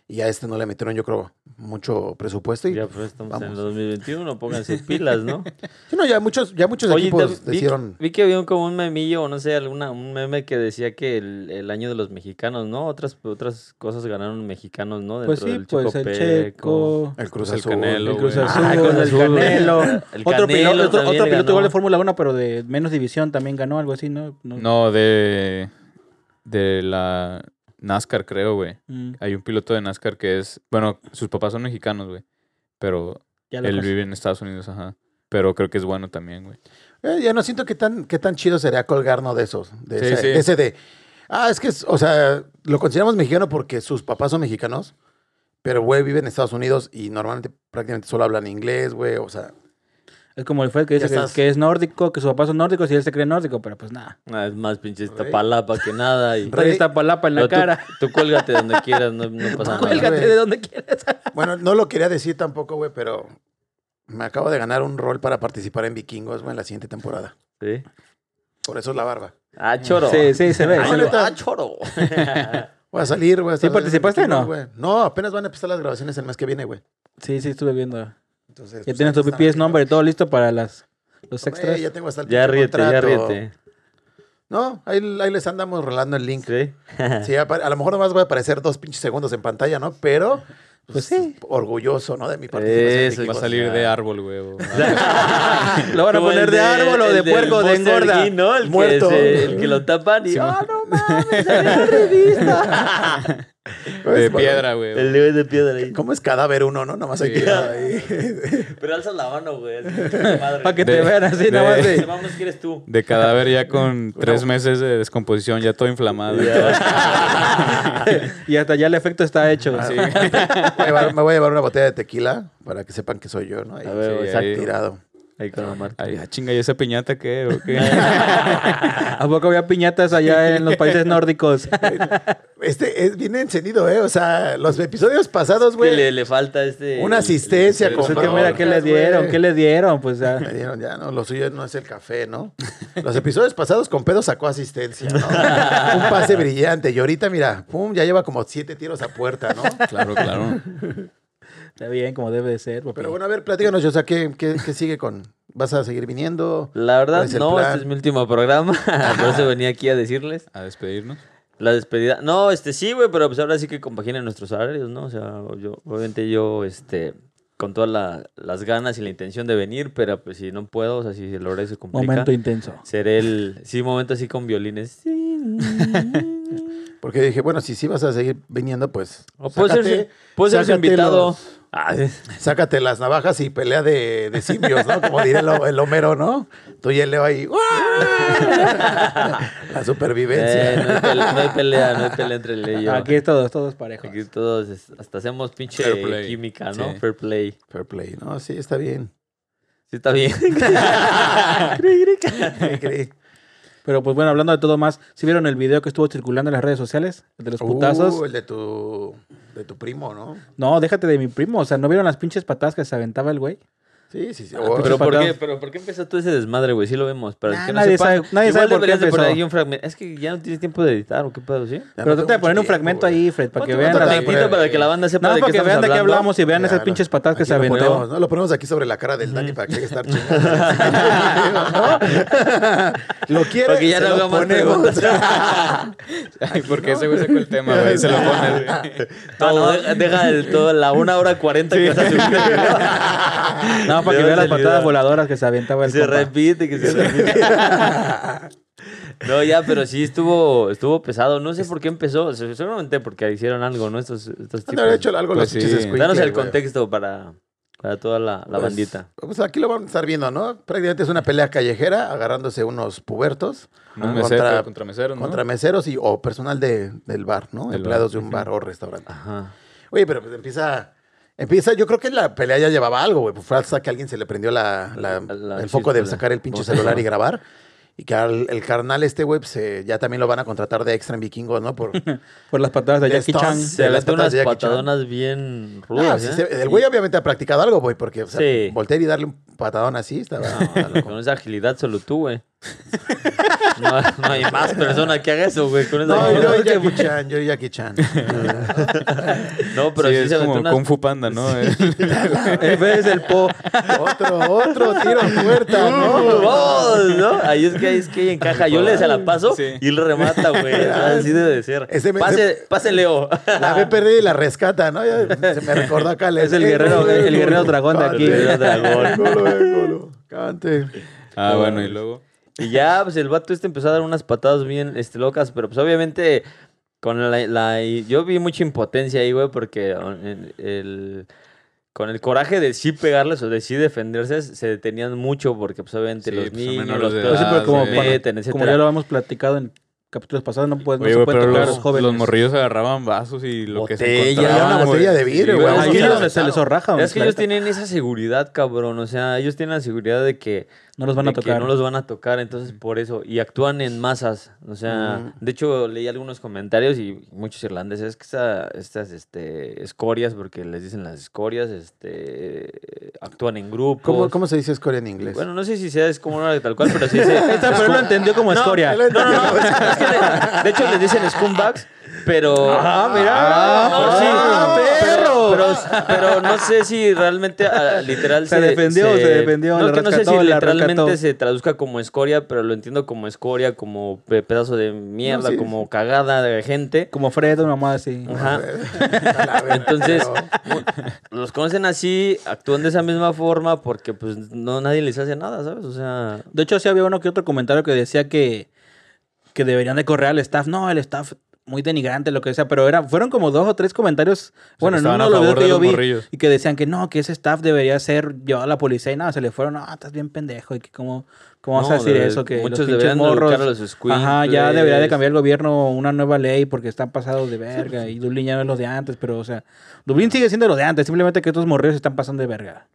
Speaker 3: y a este no le metieron, yo creo, mucho presupuesto. Y,
Speaker 2: Ya pues estamos en el
Speaker 3: Vamos.
Speaker 2: 2021, pónganse pilas, ¿no?
Speaker 3: Sí, no, ya muchos, ya
Speaker 1: Este
Speaker 3: muchos equipos
Speaker 2: te- vi,
Speaker 3: decidieron...
Speaker 2: vi que había un- como un memillo, o no sé, alguna, un meme que decía que el, el año de los mexicanos, ¿no? Otras, otras cosas ganaron mexicanos, ¿no?
Speaker 1: Pues
Speaker 2: Dentro
Speaker 1: sí,
Speaker 2: del
Speaker 1: pues el Checo.
Speaker 3: El Cruz
Speaker 4: El
Speaker 3: Azul.
Speaker 4: Canelo,
Speaker 1: El Cruz
Speaker 4: güey.
Speaker 1: Azul,
Speaker 2: Ah, Cruz
Speaker 1: el
Speaker 2: Azul.
Speaker 1: Canelo.
Speaker 2: El
Speaker 1: otro
Speaker 2: Canelo
Speaker 1: piloto, otro,
Speaker 2: también
Speaker 1: otro piloto igual
Speaker 2: ganó.
Speaker 1: de Fórmula 1, pero de menos división también ganó algo así, ¿no? No.
Speaker 4: No, de, de la NASCAR, creo, güey.
Speaker 1: Mm,
Speaker 4: Hay un piloto de NASCAR que es, bueno, sus papás son mexicanos, güey. Pero
Speaker 1: ya lo
Speaker 4: él
Speaker 1: pasé.
Speaker 4: vive en Estados Unidos, ajá. Pero creo que es bueno también, güey.
Speaker 3: Eh, ya no siento qué tan, qué tan chido sería colgarnos de esos. De
Speaker 4: Sí,
Speaker 3: ese,
Speaker 4: sí.
Speaker 3: de ese de. Ah, es que, es- o sea, lo consideramos mexicano porque sus papás son mexicanos, pero, güey, vive en Estados Unidos y normalmente prácticamente solo hablan inglés, güey, o sea.
Speaker 1: Es como el Fred que dice
Speaker 3: Ya
Speaker 1: que,
Speaker 3: estás.
Speaker 1: que es nórdico, que sus papás son nórdicos y él se cree nórdico, pero pues nada.
Speaker 2: Ah, es más pinche
Speaker 3: Rey.
Speaker 2: palapa que nada. Y...
Speaker 3: Rey.
Speaker 1: Trae esta palapa en la
Speaker 2: Pero tú-
Speaker 1: cara.
Speaker 2: Tú, cuélgate donde quieras, no, no pasa
Speaker 3: Tú
Speaker 2: nada.
Speaker 1: Cuélgate
Speaker 3: güey.
Speaker 1: de donde quieras.
Speaker 3: Bueno, no lo quería decir tampoco, güey, pero me acabo de ganar un rol para participar en Vikingos, güey, en la siguiente temporada.
Speaker 2: ¿Sí?
Speaker 3: Por eso es la barba.
Speaker 2: Ah, choro.
Speaker 1: Sí, sí, se ve.
Speaker 2: Ah,
Speaker 1: se ve.
Speaker 2: ah, choro.
Speaker 3: Voy a salir, güey. a
Speaker 1: ¿Sí
Speaker 3: estar en
Speaker 1: participaste o no?
Speaker 3: Vikingos, güey. No, apenas van a empezar las grabaciones el mes que viene, güey.
Speaker 1: Sí, sí, estuve viendo.
Speaker 3: Entonces,
Speaker 1: Ya
Speaker 3: pues,
Speaker 1: tienes tu
Speaker 3: están
Speaker 1: pipi, es
Speaker 3: aquí,
Speaker 1: nombre y todo listo para las, los
Speaker 3: güey.
Speaker 1: extras.
Speaker 3: Ya tengo hasta el
Speaker 2: ya
Speaker 3: pinche
Speaker 2: ríete, ya
Speaker 3: contrato.
Speaker 2: ríete.
Speaker 3: No, ahí, ahí les andamos rolando el link.
Speaker 2: Sí.
Speaker 3: Sí, apa- a lo mejor nomás va a aparecer dos pinches segundos en pantalla, ¿no? Pero,
Speaker 1: Pues
Speaker 3: pues,
Speaker 1: sí.
Speaker 3: orgulloso, ¿no? De mi participación.
Speaker 2: Eso,
Speaker 3: Vicky
Speaker 4: Va a
Speaker 2: Pues,
Speaker 4: salir
Speaker 2: ah.
Speaker 4: de árbol, güey. o-
Speaker 1: Lo van a
Speaker 2: Como
Speaker 1: poner
Speaker 2: el
Speaker 1: de árbol o
Speaker 2: el
Speaker 1: de
Speaker 2: del
Speaker 1: puerco, de
Speaker 2: Buster
Speaker 1: engorda.
Speaker 2: Guy, ¿no? El que
Speaker 3: Muerto.
Speaker 2: se- el que lo tapan y. ¡Ah, no mames! salió en la revista!
Speaker 3: Gómez.
Speaker 4: de
Speaker 3: Bueno,
Speaker 4: piedra, güey.
Speaker 2: El león de piedra ahí.
Speaker 3: ¿Cómo es cadáver uno, no? Nomás hay
Speaker 4: Sí.
Speaker 3: que... ahí.
Speaker 2: Pero alza la mano, güey.
Speaker 1: Para que
Speaker 4: De-
Speaker 1: te vean así,
Speaker 4: de-
Speaker 1: nada más de.
Speaker 2: Vamos, que eres tú.
Speaker 4: De cadáver ya con tres meses de descomposición, ya todo inflamado. y todo.
Speaker 1: y hasta ya el efecto está hecho.
Speaker 4: Sí.
Speaker 3: Voy a llevar- me voy a llevar una botella de tequila para que sepan que soy yo, ¿no? Ahí,
Speaker 2: A ver,
Speaker 4: Sí,
Speaker 2: exacto.
Speaker 4: ahí.
Speaker 3: tirado.
Speaker 2: Ahí con la Marta.
Speaker 4: Ay, ah, chinga, ¿y esa piñata qué? ¿O qué?
Speaker 1: ¿A poco había piñatas allá en los países nórdicos? Pues
Speaker 3: Este es bien encendido, ¿eh? O sea, los episodios pasados,
Speaker 2: Que le,
Speaker 3: güey,
Speaker 2: le falta este.
Speaker 3: una
Speaker 2: el-
Speaker 3: asistencia
Speaker 4: el-
Speaker 3: con
Speaker 1: Pues es que
Speaker 4: favor,
Speaker 1: mira, ¿qué le
Speaker 3: broncas,
Speaker 1: dieron?
Speaker 3: güey.
Speaker 1: ¿Qué le dieron? Pues ya.
Speaker 3: Me dieron ya, ¿no? Lo suyo no es el café, ¿no? Los episodios pasados con pedo sacó asistencia, ¿no? Un pase brillante. Y ahorita, mira, pum, ya lleva como siete tiros a puerta, ¿no?
Speaker 4: Claro, claro.
Speaker 1: Está bien, como debe de ser. papi.
Speaker 3: Pero bueno, a ver, platícanos, o sea, ¿qué, qué, qué sigue con? ¿Vas a seguir viniendo?
Speaker 2: La verdad,
Speaker 3: ¿Cuál es el
Speaker 2: no,
Speaker 3: plan?
Speaker 2: este es mi último programa. Por eso venía aquí a decirles.
Speaker 4: A despedirnos.
Speaker 2: La despedida. No, este sí, güey, pero pues ahora sí que compaginen nuestros salarios, ¿no? O sea, yo, obviamente yo, este, con todas la- las ganas y la intención de venir, pero pues si no puedo, o sea, si el horario se complica,
Speaker 1: Momento intenso.
Speaker 2: seré el. Sí, momento así con violines. Sí.
Speaker 3: Porque dije, bueno, si sí vas a seguir viniendo, pues.
Speaker 2: O puede ser,
Speaker 3: sácate-
Speaker 2: su- puede ser su
Speaker 3: sácate
Speaker 2: invitado.
Speaker 3: los-
Speaker 2: Ah, sí.
Speaker 3: Sácate las navajas y pelea de, de simbios, ¿no? Como diría el, el Homero, ¿no? Tú y el Leo ahí. ¡uah! La supervivencia.
Speaker 2: Eh, no, hay pelea, no hay pelea, no hay pelea entre él y yo.
Speaker 1: Aquí es todos, todos parejos.
Speaker 2: Aquí todos es- hasta hacemos pinche
Speaker 4: Fair play.
Speaker 2: química, ¿no?
Speaker 4: Sí.
Speaker 2: Fair play.
Speaker 3: Fair play, ¿no? Sí, está bien.
Speaker 2: Sí, está bien.
Speaker 3: Increíble.
Speaker 1: Pero pues bueno, hablando de todo más, ¿sí vieron el video que estuvo circulando en las redes sociales? El de los putazos.
Speaker 3: Uh, el de tu, de tu primo, ¿no?
Speaker 1: No, déjate de mi primo. O sea, ¿no vieron las pinches patadas que se aventaba el güey?
Speaker 3: Sí, sí, sí.
Speaker 1: Ah,
Speaker 3: Oh,
Speaker 1: pues,
Speaker 2: pero, ¿por
Speaker 1: patadas.
Speaker 2: qué, pero ¿por qué empezó todo ese desmadre, güey? Sí lo vemos. Para el
Speaker 1: Nah,
Speaker 2: que no
Speaker 1: nadie
Speaker 2: sepa,
Speaker 1: sabe- nadie
Speaker 2: igual
Speaker 1: sabe por qué
Speaker 2: deberías de poner
Speaker 1: empezó.
Speaker 2: ahí un fragmento. Es que ya no tienes tiempo de editar, ¿o qué pedo, sí?
Speaker 3: ya
Speaker 1: Pero
Speaker 3: no
Speaker 1: trata de
Speaker 3: tengo
Speaker 1: poner un
Speaker 3: mucho
Speaker 1: fragmento
Speaker 3: tiempo,
Speaker 1: ahí, Fred, para que
Speaker 2: Ponte un
Speaker 1: vean.
Speaker 3: la-
Speaker 2: fragmentito para que la banda
Speaker 1: No,
Speaker 2: sepa
Speaker 1: para
Speaker 2: de qué
Speaker 1: que
Speaker 2: estamos
Speaker 1: vean de qué
Speaker 2: hablando.
Speaker 1: hablamos y vean esas
Speaker 3: Claro.
Speaker 1: pinches patadas que
Speaker 3: Aquí
Speaker 1: se
Speaker 3: lo
Speaker 1: aventó.
Speaker 3: ponemos, ¿no? Lo ponemos aquí sobre la cara del Dani para que estar chingando. lo quiere,
Speaker 2: Porque ya
Speaker 3: se
Speaker 2: no
Speaker 3: lo
Speaker 2: hago más
Speaker 3: ponemos.
Speaker 2: preguntas.
Speaker 4: Ay, porque ese güey sacó el tema, güey. Se lo pone, güey.
Speaker 2: No, no, deja- deja el todo, la una hora cuarenta que está subiendo.
Speaker 1: No, para que vean las patadas voladoras que se aventaba
Speaker 2: Que
Speaker 1: el
Speaker 2: se
Speaker 1: compa.
Speaker 2: repite, que se repite. No, ya, pero sí estuvo, estuvo pesado. No sé por qué empezó. Se- Seguramente porque hicieron algo, ¿no? Estos, estos
Speaker 3: Han de haber
Speaker 2: tipos.
Speaker 3: hecho algo
Speaker 4: Pues
Speaker 3: los pinches
Speaker 4: sí.
Speaker 3: squinkles,
Speaker 2: Danos el
Speaker 3: güey.
Speaker 2: contexto para, para toda la, la
Speaker 3: Pues,
Speaker 2: bandita.
Speaker 3: Pues aquí lo vamos a estar viendo, ¿no? Prácticamente es una pelea callejera agarrándose unos pubertos
Speaker 4: Un
Speaker 3: Ah, Contra-
Speaker 4: mesero, contra, mesero, ¿no?
Speaker 3: contra meseros y, o personal de, del bar, ¿no?
Speaker 4: Del
Speaker 3: Empleados
Speaker 4: bar,
Speaker 3: de un bar o restaurante.
Speaker 2: Ajá.
Speaker 3: Oye, pero pues empieza. Empieza, yo creo que la pelea ya llevaba algo, güey. Pues fue hasta que alguien se le prendió la, la-
Speaker 2: La
Speaker 3: el foco de
Speaker 2: chispa.
Speaker 3: sacar el pinche celular y grabar. Y que al- el carnal este, güey, pues, eh, ya también lo van a contratar de extra en vikingos, ¿no? Por,
Speaker 1: Por las patadas de
Speaker 3: De
Speaker 1: Jackie Chan.
Speaker 3: Stones.
Speaker 2: Se
Speaker 3: De las
Speaker 2: aventó
Speaker 3: patas
Speaker 2: unas
Speaker 3: de Jackie Chan.
Speaker 2: patadonas bien
Speaker 3: Ah,
Speaker 2: rudas.
Speaker 3: sí,
Speaker 2: ¿eh?
Speaker 3: se- el güey
Speaker 2: Y-
Speaker 3: obviamente ha practicado algo, güey, porque o sea,
Speaker 2: Sí.
Speaker 3: voltear y darle un patadón así estaba. estaba loco.
Speaker 2: Con esa agilidad solo tú, güey. No, no hay más persona que haga eso, güey. Con esa
Speaker 3: No,
Speaker 2: agilidad.
Speaker 3: yo y Jackie Chan, yo y Jackie Chan.
Speaker 2: No, pero
Speaker 4: sí,
Speaker 2: sí,
Speaker 4: es
Speaker 2: se aventó
Speaker 4: como
Speaker 2: unas...
Speaker 4: Kung Fu Panda, ¿no?
Speaker 3: Eh.
Speaker 1: En vez del po.
Speaker 3: otro, otro tiro en puerta, ¿no?
Speaker 2: ¡Vamos! ¿no? Ahí es que ahí es que encaja. Yo le se la paso
Speaker 4: Sí.
Speaker 2: y le remata, güey. Así debe de ser.
Speaker 3: Ese me-
Speaker 2: Pase, pase, Leo.
Speaker 3: La ve perder y la rescata, ¿no? Ya se me recordó acá.
Speaker 1: Es el guerrero- el guerrero dragón de aquí.
Speaker 2: El guerrero dragón.
Speaker 3: dragón. Cante.
Speaker 4: ah, bueno, y luego.
Speaker 2: Y ya, pues el vato este empezó a dar unas patadas bien este, locas, pero pues obviamente con la, la- Yo vi mucha impotencia ahí, güey, porque el, el- con el coraje de sí pegarles o de sí defenderse, se detenían mucho porque pues obviamente
Speaker 4: Sí,
Speaker 2: los
Speaker 4: pues, son
Speaker 2: niños,
Speaker 4: menores
Speaker 2: los
Speaker 4: de
Speaker 2: pedos
Speaker 4: edad,
Speaker 1: sí,
Speaker 2: que
Speaker 1: pero como
Speaker 4: sí.
Speaker 1: para-
Speaker 2: cometen, etcétera.
Speaker 1: Como ya lo hemos platicado en capítulos pasados, no, puede, no
Speaker 4: Oye,
Speaker 1: se
Speaker 4: güey,
Speaker 1: puede
Speaker 4: pero
Speaker 1: tocar a los
Speaker 4: los,
Speaker 1: jóvenes.
Speaker 4: los morrillos agarraban vasos y lo que se
Speaker 2: Botellas.
Speaker 4: encontraban,
Speaker 3: Una
Speaker 4: güey.
Speaker 3: botella de vidrio,
Speaker 4: Sí,
Speaker 3: güey.
Speaker 1: Aquí
Speaker 2: o sea,
Speaker 1: es donde se les zorraja.
Speaker 2: Es que
Speaker 1: la
Speaker 2: ellos
Speaker 1: neta.
Speaker 2: tienen esa seguridad, cabrón. O sea, ellos tienen la seguridad de que
Speaker 1: No los van a
Speaker 2: de que
Speaker 1: tocar.
Speaker 2: no los van a tocar, entonces por eso. Y actúan en masas. O sea,
Speaker 3: Ujú.
Speaker 2: de hecho leí algunos comentarios y muchos irlandeses que esta- estas este, escorias, porque les dicen las escorias, este, actúan en grupos.
Speaker 3: ¿Cómo, ¿Cómo se dice score en inglés?
Speaker 2: Pues, Bueno, no sé si sea es como una tal cual, pero sí dice.
Speaker 1: Esta, pero él lo entendió como
Speaker 2: No,
Speaker 1: escoria.
Speaker 3: él lo
Speaker 2: No, no, no. es que le- de hecho, les dicen scumbags, pero.
Speaker 1: Ah, mira.
Speaker 2: pues sí.
Speaker 1: Ah, perro.
Speaker 2: Pero, pero no sé si realmente ah, literal
Speaker 1: Se defendió, se defendió,
Speaker 2: No,
Speaker 1: la
Speaker 2: es que no sé si
Speaker 1: rescató, la
Speaker 2: literalmente
Speaker 1: rescató.
Speaker 2: se traduzca como escoria, pero lo entiendo como escoria, como pe- pedazo de mierda,
Speaker 3: No, sí,
Speaker 2: como cagada de gente.
Speaker 1: Como Fred, una mamá así.
Speaker 2: Ajá.
Speaker 3: A la verga,
Speaker 2: Entonces,
Speaker 3: pero-
Speaker 2: los conocen así, actúan de esa misma forma porque pues no nadie les hace nada, ¿sabes? O sea,
Speaker 1: De hecho, sí había uno que otro comentario que decía que, que deberían de correr al staff. No, el staff muy denigrante, lo que sea, pero era, fueron como dos o tres comentarios. bueno,
Speaker 4: que
Speaker 1: en
Speaker 4: estaban
Speaker 1: uno
Speaker 4: a
Speaker 1: lo veo
Speaker 4: favor
Speaker 1: que
Speaker 4: de
Speaker 1: yo
Speaker 4: los
Speaker 1: vi
Speaker 4: morrillos.
Speaker 1: y que decían que no, que ese staff debería ser llevado a la policía y nada, se le fueron, ah, estás bien pendejo y que cómo, cómo vas
Speaker 2: No,
Speaker 1: a decir
Speaker 2: debe-
Speaker 1: eso, que
Speaker 2: muchos
Speaker 1: los pinches
Speaker 2: deberían de
Speaker 1: morros.
Speaker 2: educar a los
Speaker 1: Ajá, ya
Speaker 2: escuincles.
Speaker 1: debería de cambiar el gobierno una nueva ley porque están pasados de verga y Dublín ya no es lo de antes, pero o sea, Dublín sigue siendo lo de antes, simplemente que estos morrillos están pasando de verga.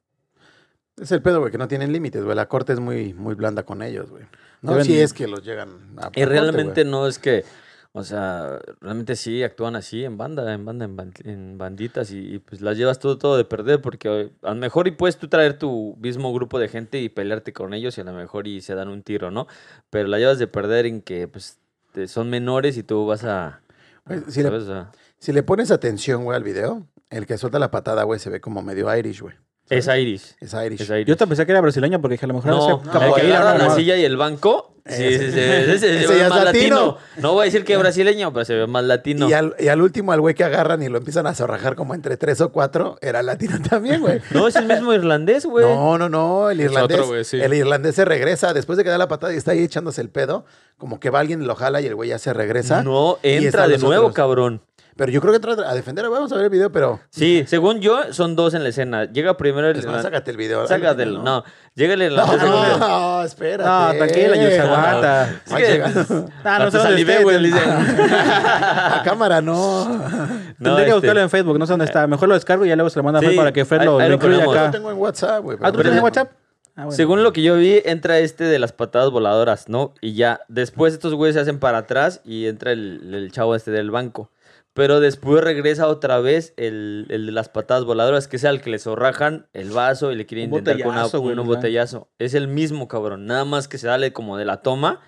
Speaker 3: Es el pedo, güey, que no tienen límites, güey. La corte es muy, muy blanda con ellos, güey. No,
Speaker 1: Deben-
Speaker 3: si es que los llegan a. a
Speaker 2: y
Speaker 3: corte,
Speaker 2: realmente
Speaker 3: güey.
Speaker 2: no es que, o sea, realmente sí actúan así en banda, en banda, en, ban- en banditas y, y, pues las llevas todo, todo de perder porque eh, a lo mejor y puedes tú traer tu mismo grupo de gente y pelearte con ellos y a lo mejor y se dan un tiro, ¿no? Pero la llevas de perder en que pues te- son menores y tú vas a...
Speaker 3: Pues, si le-
Speaker 2: ¿sabes? O sea,
Speaker 3: Si le pones atención, güey, al video, el que suelta la patada, güey, se ve como medio Irish, güey.
Speaker 2: Es Iris.
Speaker 3: Es Irish.
Speaker 2: Es Iris.
Speaker 1: Yo hasta pensé que era brasileño porque dije, a lo mejor
Speaker 2: No,
Speaker 1: hace
Speaker 2: la que
Speaker 1: capoeira,
Speaker 2: agarra
Speaker 1: ¿no?
Speaker 2: la
Speaker 1: Mamá.
Speaker 2: silla y el banco. Sí, sí, sí, ese se
Speaker 3: Ese
Speaker 2: ve
Speaker 3: ya es
Speaker 2: más latino.
Speaker 3: latino.
Speaker 2: No voy a decir que brasileño, pero se ve más latino.
Speaker 3: Y, al, y al último, al güey que agarran y lo empiezan a zorrajar como entre tres o cuatro, era latino también, güey.
Speaker 2: No, es el mismo irlandés, güey.
Speaker 3: No, no, no, el
Speaker 4: pues. Es otro,
Speaker 3: irlandés.
Speaker 4: güey, sí.
Speaker 3: El irlandés se regresa después de que da la patada y está ahí echándose el pedo. Como que va alguien y lo jala y el güey ya se regresa.
Speaker 2: No,
Speaker 3: Y
Speaker 2: entra
Speaker 3: están
Speaker 2: de
Speaker 3: los
Speaker 2: nuevo,
Speaker 3: otros.
Speaker 2: cabrón.
Speaker 3: Pero yo creo que entra a defender. Vamos a ver el video, pero.
Speaker 2: Sí, según yo, son dos en la escena. Llega primero el
Speaker 3: Es más,
Speaker 2: irlandés.
Speaker 3: sácate el video.
Speaker 2: Sácatelo. No. llega el
Speaker 3: No,
Speaker 2: irlandés.
Speaker 3: no,
Speaker 2: segundo.
Speaker 3: no, espérate.
Speaker 1: No, tranquila, Yus, aguanta.
Speaker 2: Es que-
Speaker 1: Ah, no
Speaker 2: Hasta
Speaker 1: sé dónde
Speaker 2: salivé,
Speaker 1: esté,
Speaker 2: güey,
Speaker 1: ten-
Speaker 2: le dice.
Speaker 3: A cámara, no.
Speaker 2: No,
Speaker 1: Tendría que
Speaker 2: este,
Speaker 1: buscarlo en Facebook, no sé dónde está. Mejor lo descargo y ya luego se lo mando a Fred
Speaker 2: Sí,
Speaker 1: para que Fred lo,
Speaker 2: ahí-
Speaker 1: lo
Speaker 2: ahí lo
Speaker 1: incluya
Speaker 2: ponemos.
Speaker 3: Yo
Speaker 1: acá.
Speaker 3: tengo en WhatsApp, güey.
Speaker 1: Ah, ¿tú
Speaker 3: pero-
Speaker 1: tienes en WhatsApp? Ah, bueno.
Speaker 2: Según lo que yo vi, entra este de las patadas voladoras, ¿no? Y ya, después estos güeyes se hacen para atrás y entra el, el chavo este del banco. Pero después regresa otra vez el, el de las patadas voladoras, que es al que le zorrajan el vaso y le quieren
Speaker 1: Un
Speaker 2: intentar con una-
Speaker 1: botellazo, güey,
Speaker 2: un
Speaker 1: ¿verdad?
Speaker 2: botellazo. Es el mismo cabrón, nada más que se sale como de la toma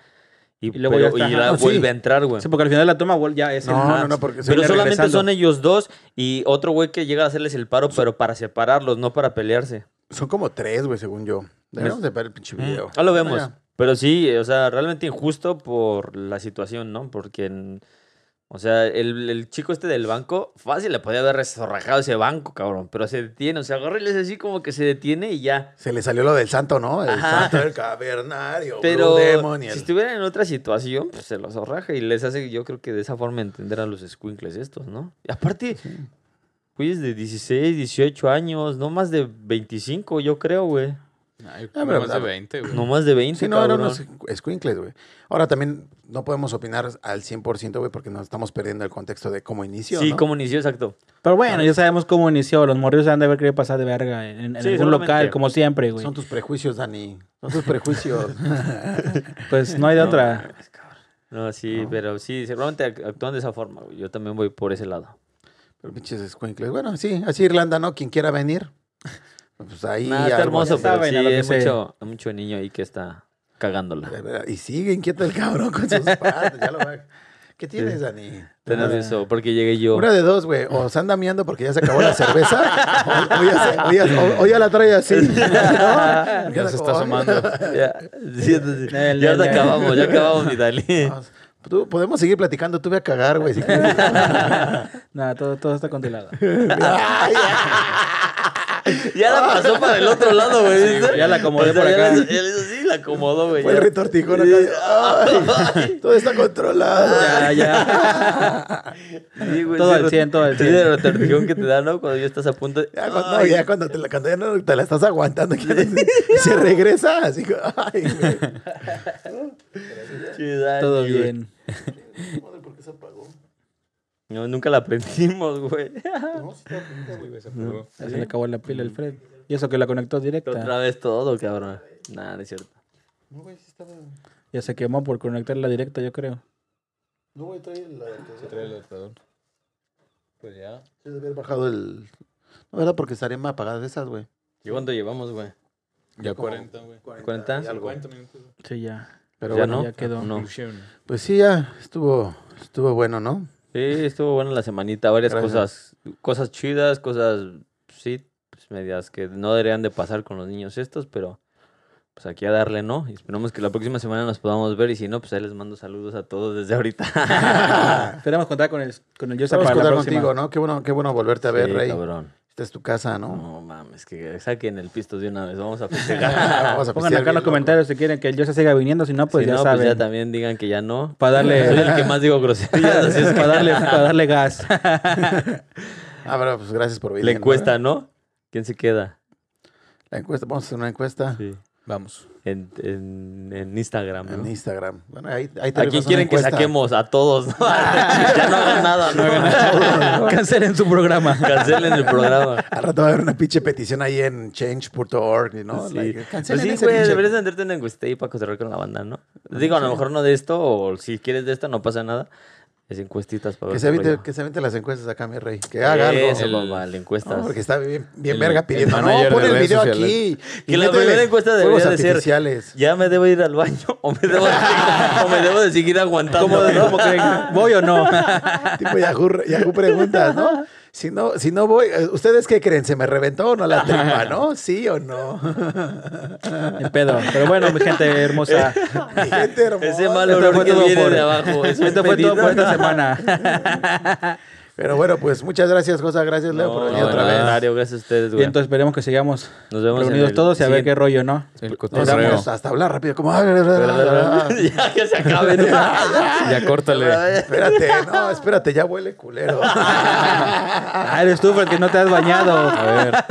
Speaker 2: y,
Speaker 1: Y luego
Speaker 2: pero-
Speaker 1: ya está,
Speaker 2: y la
Speaker 1: ajá.
Speaker 3: Sí.
Speaker 2: vuelve a entrar, güey.
Speaker 1: Sí, porque al final de la toma Wall ya es el-
Speaker 3: No,
Speaker 2: Ajá.
Speaker 3: no, no, porque
Speaker 1: Sí,
Speaker 2: Pero
Speaker 1: le
Speaker 2: solamente
Speaker 1: regresando.
Speaker 2: son ellos dos y otro güey que llega a hacerles el paro, pero para separarlos, no para pelearse.
Speaker 3: son como tres, güey, según yo. Deberíamos de ver el pinche video.
Speaker 2: Ah, lo vemos.
Speaker 3: Vaya.
Speaker 2: Pero sí, eh, o sea, realmente injusto por la situación, ¿no? Porque, en- o sea, el, el chico este del banco, fácil le podía haber resorrajado ese banco, cabrón. Pero se detiene, o sea, agárreles así como que se detiene y ya.
Speaker 3: Se le salió lo del santo, ¿no? El
Speaker 2: Ajá.
Speaker 3: santo del cavernario.
Speaker 2: Pero
Speaker 3: Blue Demon y el-
Speaker 2: si estuvieran en otra situación, pues se los zorraja y les hace, yo creo que de esa forma entender a los squinkles estos, ¿no? Y aparte, güeyes de 16, 18 años, no más de 25, yo creo, güey.
Speaker 4: Ay,
Speaker 3: Ah,
Speaker 4: no
Speaker 3: pero-
Speaker 4: más de 20, güey.
Speaker 2: No más de 20,
Speaker 3: Sí, no, eran
Speaker 2: cabrón.
Speaker 3: unos escuincles, güey. Ahora también no podemos opinar al 100%, güey, porque nos estamos perdiendo el contexto de cómo inició.
Speaker 2: Sí,
Speaker 3: ¿no?
Speaker 2: como inició, exacto.
Speaker 1: Pero bueno, ya sabemos cómo inició. Los morridos se han de haber querido pasar de verga en, en
Speaker 2: Ah. Sí,
Speaker 1: algún local,
Speaker 2: seguramente.
Speaker 1: como siempre, güey.
Speaker 3: Son tus prejuicios, Dani. Son tus prejuicios.
Speaker 1: Pues no hay de otra.
Speaker 2: No, sí, pero sí, seguramente ac- actúan de esa forma, güey. Yo también voy por ese lado.
Speaker 3: Pero pinches escuincles. Bueno, sí, así Irlanda, ¿no? Quien quiera venir. Pues ahí.
Speaker 2: Nah, está
Speaker 3: algo-
Speaker 2: hermoso,
Speaker 1: ya
Speaker 2: pero
Speaker 1: saben
Speaker 2: sí,
Speaker 1: a lo que
Speaker 2: hay
Speaker 1: se-
Speaker 2: mucho, hay mucho niño ahí que está cagándola.
Speaker 3: Y sigue inquieto el cabrón con sus partes. Ya lo va- ¿Qué tienes, Dani?
Speaker 2: Está nervioso porque llegué yo.
Speaker 3: Una de dos, güey. O se anda miando porque ya se acabó la cerveza. O, o ya, se- o ya- o- o ya la trae así. ¿no?
Speaker 4: Ya se está asomando.
Speaker 2: Ya, sí, entonces,
Speaker 1: El-
Speaker 2: ya
Speaker 1: el-
Speaker 2: te
Speaker 1: el-
Speaker 2: acabamos, ya acabamos, mi Dalí.
Speaker 3: Vamos. Tú- podemos seguir platicando. Tú ve a cagar, güey. si quieres.
Speaker 1: Nada, todo, todo está controlado.
Speaker 3: Ay,
Speaker 2: Ya la pasó para el otro lado, güey. ¿viste?
Speaker 1: ya la acomodé por
Speaker 2: ya
Speaker 1: acá.
Speaker 2: la hizo- ya la hizo así, la acomodó, güey.
Speaker 3: Fue el
Speaker 2: ya.
Speaker 3: retortijón acá.
Speaker 2: Sí.
Speaker 3: Ay, todo está controlado.
Speaker 1: Ya, ya.
Speaker 2: Sí, güey,
Speaker 1: Todo
Speaker 2: sí,
Speaker 1: al
Speaker 2: re-
Speaker 1: 100, todo al
Speaker 2: sí,
Speaker 1: 100.
Speaker 2: el retortijón que te da, ¿no? Cuando ya estás a punto. de-
Speaker 3: Ya cuando, no,
Speaker 2: Ay,
Speaker 3: ya cuando te la, cuando ya no te la estás aguantando, que se, se regresa. Así que, ay, güey.
Speaker 2: che, Dani,
Speaker 1: Todo
Speaker 2: güey.
Speaker 1: bien.
Speaker 3: Madre, ¿por qué se apagó?
Speaker 2: No, nunca la aprendimos, güey.
Speaker 3: No, sí estaba prendida, güey.
Speaker 1: Ya se le acabó la pila al Fred. Y eso que la conectó
Speaker 2: Otra
Speaker 1: directa.
Speaker 2: vez todo, cabrón. Nada, no es cierto.
Speaker 3: No, güey, sí estaba. No,
Speaker 1: Ya se quemó por conectarla directa, yo creo.
Speaker 3: güey, trae la.
Speaker 4: Se trae el adaptador. Pues ya.
Speaker 3: Debe haber bajado el. No era porque estarían más apagadas esas, güey.
Speaker 2: ¿Y cuánto llevamos, güey?
Speaker 4: Ya
Speaker 3: como
Speaker 4: 40, güey.
Speaker 2: 40.
Speaker 3: y algo.
Speaker 4: minutos.
Speaker 1: Sí, ya.
Speaker 3: Pero
Speaker 2: ya
Speaker 3: bueno,
Speaker 2: no.
Speaker 1: ya quedó.
Speaker 2: No.
Speaker 3: pues sí, ya estuvo, estuvo bueno, ¿no?
Speaker 2: Sí, estuvo buena la semanita, varias
Speaker 3: Gracias.
Speaker 2: cosas, cosas chidas, cosas, sí, pues medias que no deberían de pasar con los niños estos, pero pues aquí a darle, ¿no? Y esperamos que la próxima semana nos podamos ver y si no, pues ahí les mando saludos a todos desde ahorita.
Speaker 1: Esperamos contar con el, con el Yosa
Speaker 3: Vamos a
Speaker 1: para la
Speaker 3: contar
Speaker 1: próxima.
Speaker 3: contigo, ¿no? Qué bueno, qué bueno volverte a ver,
Speaker 2: Sí,
Speaker 3: Rey.
Speaker 2: cabrón.
Speaker 3: Esta es tu casa, ¿no?
Speaker 2: No mames, que saquen el pisto de una vez, vamos a festejar.
Speaker 3: Vamos a
Speaker 1: Pongan acá en los comentarios si quieren que el Yosa siga viniendo. Si no, pues
Speaker 2: si
Speaker 1: ya
Speaker 2: no,
Speaker 1: saben.
Speaker 2: pues ya también digan que ya no.
Speaker 1: Para
Speaker 2: Soy
Speaker 1: darle,
Speaker 2: el que más digo groserías, así es que
Speaker 1: para darle, para darle gas.
Speaker 3: Ah, pero pues gracias por venir.
Speaker 2: le
Speaker 3: ¿no?
Speaker 2: cuesta, ¿no? ¿Quién se queda?
Speaker 3: La encuesta, vamos a hacer una encuesta
Speaker 2: Sí.
Speaker 4: Vamos.
Speaker 2: En, en, en Instagram, ¿no?
Speaker 3: en Instagram. Bueno, ahí, ahí
Speaker 2: ¿A
Speaker 3: tenemos
Speaker 2: quién
Speaker 3: una
Speaker 2: quieren que
Speaker 3: encuesta.
Speaker 2: saquemos? A todos. ¿no? ya no hagan nada, no hagan
Speaker 1: Cancelen su programa.
Speaker 2: Cancelen el programa.
Speaker 3: Al rato va a haber una pinche petición ahí en change.org, ¿no?
Speaker 2: Sí.
Speaker 3: Like,
Speaker 2: Pues
Speaker 3: cancelen
Speaker 2: sí,
Speaker 3: ese
Speaker 2: güey,
Speaker 3: pinche-
Speaker 2: deberías de meterte en Angustia y para cotorrear con la banda, ¿no? Digo, a lo mejor no de esto, o si quieres de esta, no pasa nada. Es encuestitas para
Speaker 3: Que
Speaker 2: ver
Speaker 3: se,
Speaker 2: qué
Speaker 3: evite,
Speaker 2: rollo.
Speaker 3: que se evite las encuestas acá, mi rey. Que haga
Speaker 2: Eso,
Speaker 3: algo.
Speaker 4: El-
Speaker 2: papá, le
Speaker 3: No,
Speaker 2: encuestas.
Speaker 3: porque está bien, bien
Speaker 4: El-
Speaker 3: verga
Speaker 4: el
Speaker 3: pidiendo. no,
Speaker 4: manager de
Speaker 3: pon el
Speaker 4: redes
Speaker 3: video
Speaker 4: sociales.
Speaker 3: aquí.
Speaker 2: Que la
Speaker 3: métele
Speaker 2: primera encuesta
Speaker 3: fuegos
Speaker 2: debería de ser-
Speaker 3: artificiales.
Speaker 2: ¿Ya me debo ir al baño o me debo de, o me debo de seguir aguantando?
Speaker 1: ¿Cómo,
Speaker 2: ¿no?
Speaker 1: cómo creen? ¿Voy o no?
Speaker 3: Tipo Yahoo, Yahoo preguntas, ¿no? Si no, si no voy, eh, ¿ustedes qué creen? ¿Se me reventó o no la tripa, no? ¿Sí o no?
Speaker 1: El pedo. Pero bueno, mi gente hermosa.
Speaker 3: Mi gente hermosa.
Speaker 2: Ese mal
Speaker 1: Esto
Speaker 2: olor
Speaker 1: fue
Speaker 2: que
Speaker 1: todo
Speaker 2: viene
Speaker 1: por-
Speaker 2: de abajo. Es un
Speaker 1: Esto fue todo
Speaker 2: pedido.
Speaker 1: por esta semana.
Speaker 3: Pero bueno, pues muchas gracias, José. Gracias, Leo, por
Speaker 2: No,
Speaker 3: venir
Speaker 2: no,
Speaker 3: otra
Speaker 2: al
Speaker 3: vez.
Speaker 2: contrario, gracias a ustedes,
Speaker 1: Y
Speaker 2: güey.
Speaker 1: entonces esperemos que sigamos
Speaker 2: Nos vemos en
Speaker 1: reunidos
Speaker 2: el
Speaker 1: todos y a ver qué rollo, ¿no?
Speaker 4: El
Speaker 3: Nos
Speaker 4: cotorreo.
Speaker 3: vamos hasta hablar rápido. Como...
Speaker 2: siguiente.
Speaker 3: Espérate,
Speaker 2: ya que se acabe. ¿no?
Speaker 4: Ya
Speaker 3: Ah,
Speaker 4: córtale.
Speaker 3: no, espérate, ya huele culero.
Speaker 1: Ah, eres tú, porque no te has bañado.
Speaker 4: A ver.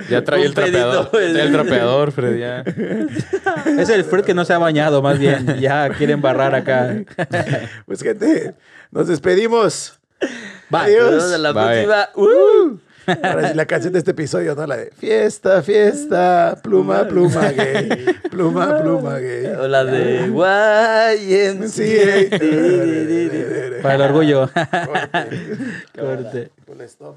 Speaker 4: Ya trae
Speaker 2: Un
Speaker 4: el trapeador.
Speaker 2: pedito, pues. güey.
Speaker 4: Trae el trapeador, Fred, ya.
Speaker 1: Es el Fred que no se ha bañado, más bien. Ya quiere embarrar acá.
Speaker 3: Pues, gente, nos despedimos.
Speaker 2: Nos vemos
Speaker 3: Adiós.
Speaker 2: en la
Speaker 4: Bye.
Speaker 2: próxima. ¡Uh!
Speaker 3: Ahora sí, la canción de este episodio, ¿no? La de fiesta, fiesta, pluma, pluma gay, pluma, pluma gay.
Speaker 2: O la de YMCA.
Speaker 3: Sí, eh.
Speaker 1: Para el orgullo.
Speaker 3: Corte.
Speaker 1: Corte.
Speaker 3: Un stop.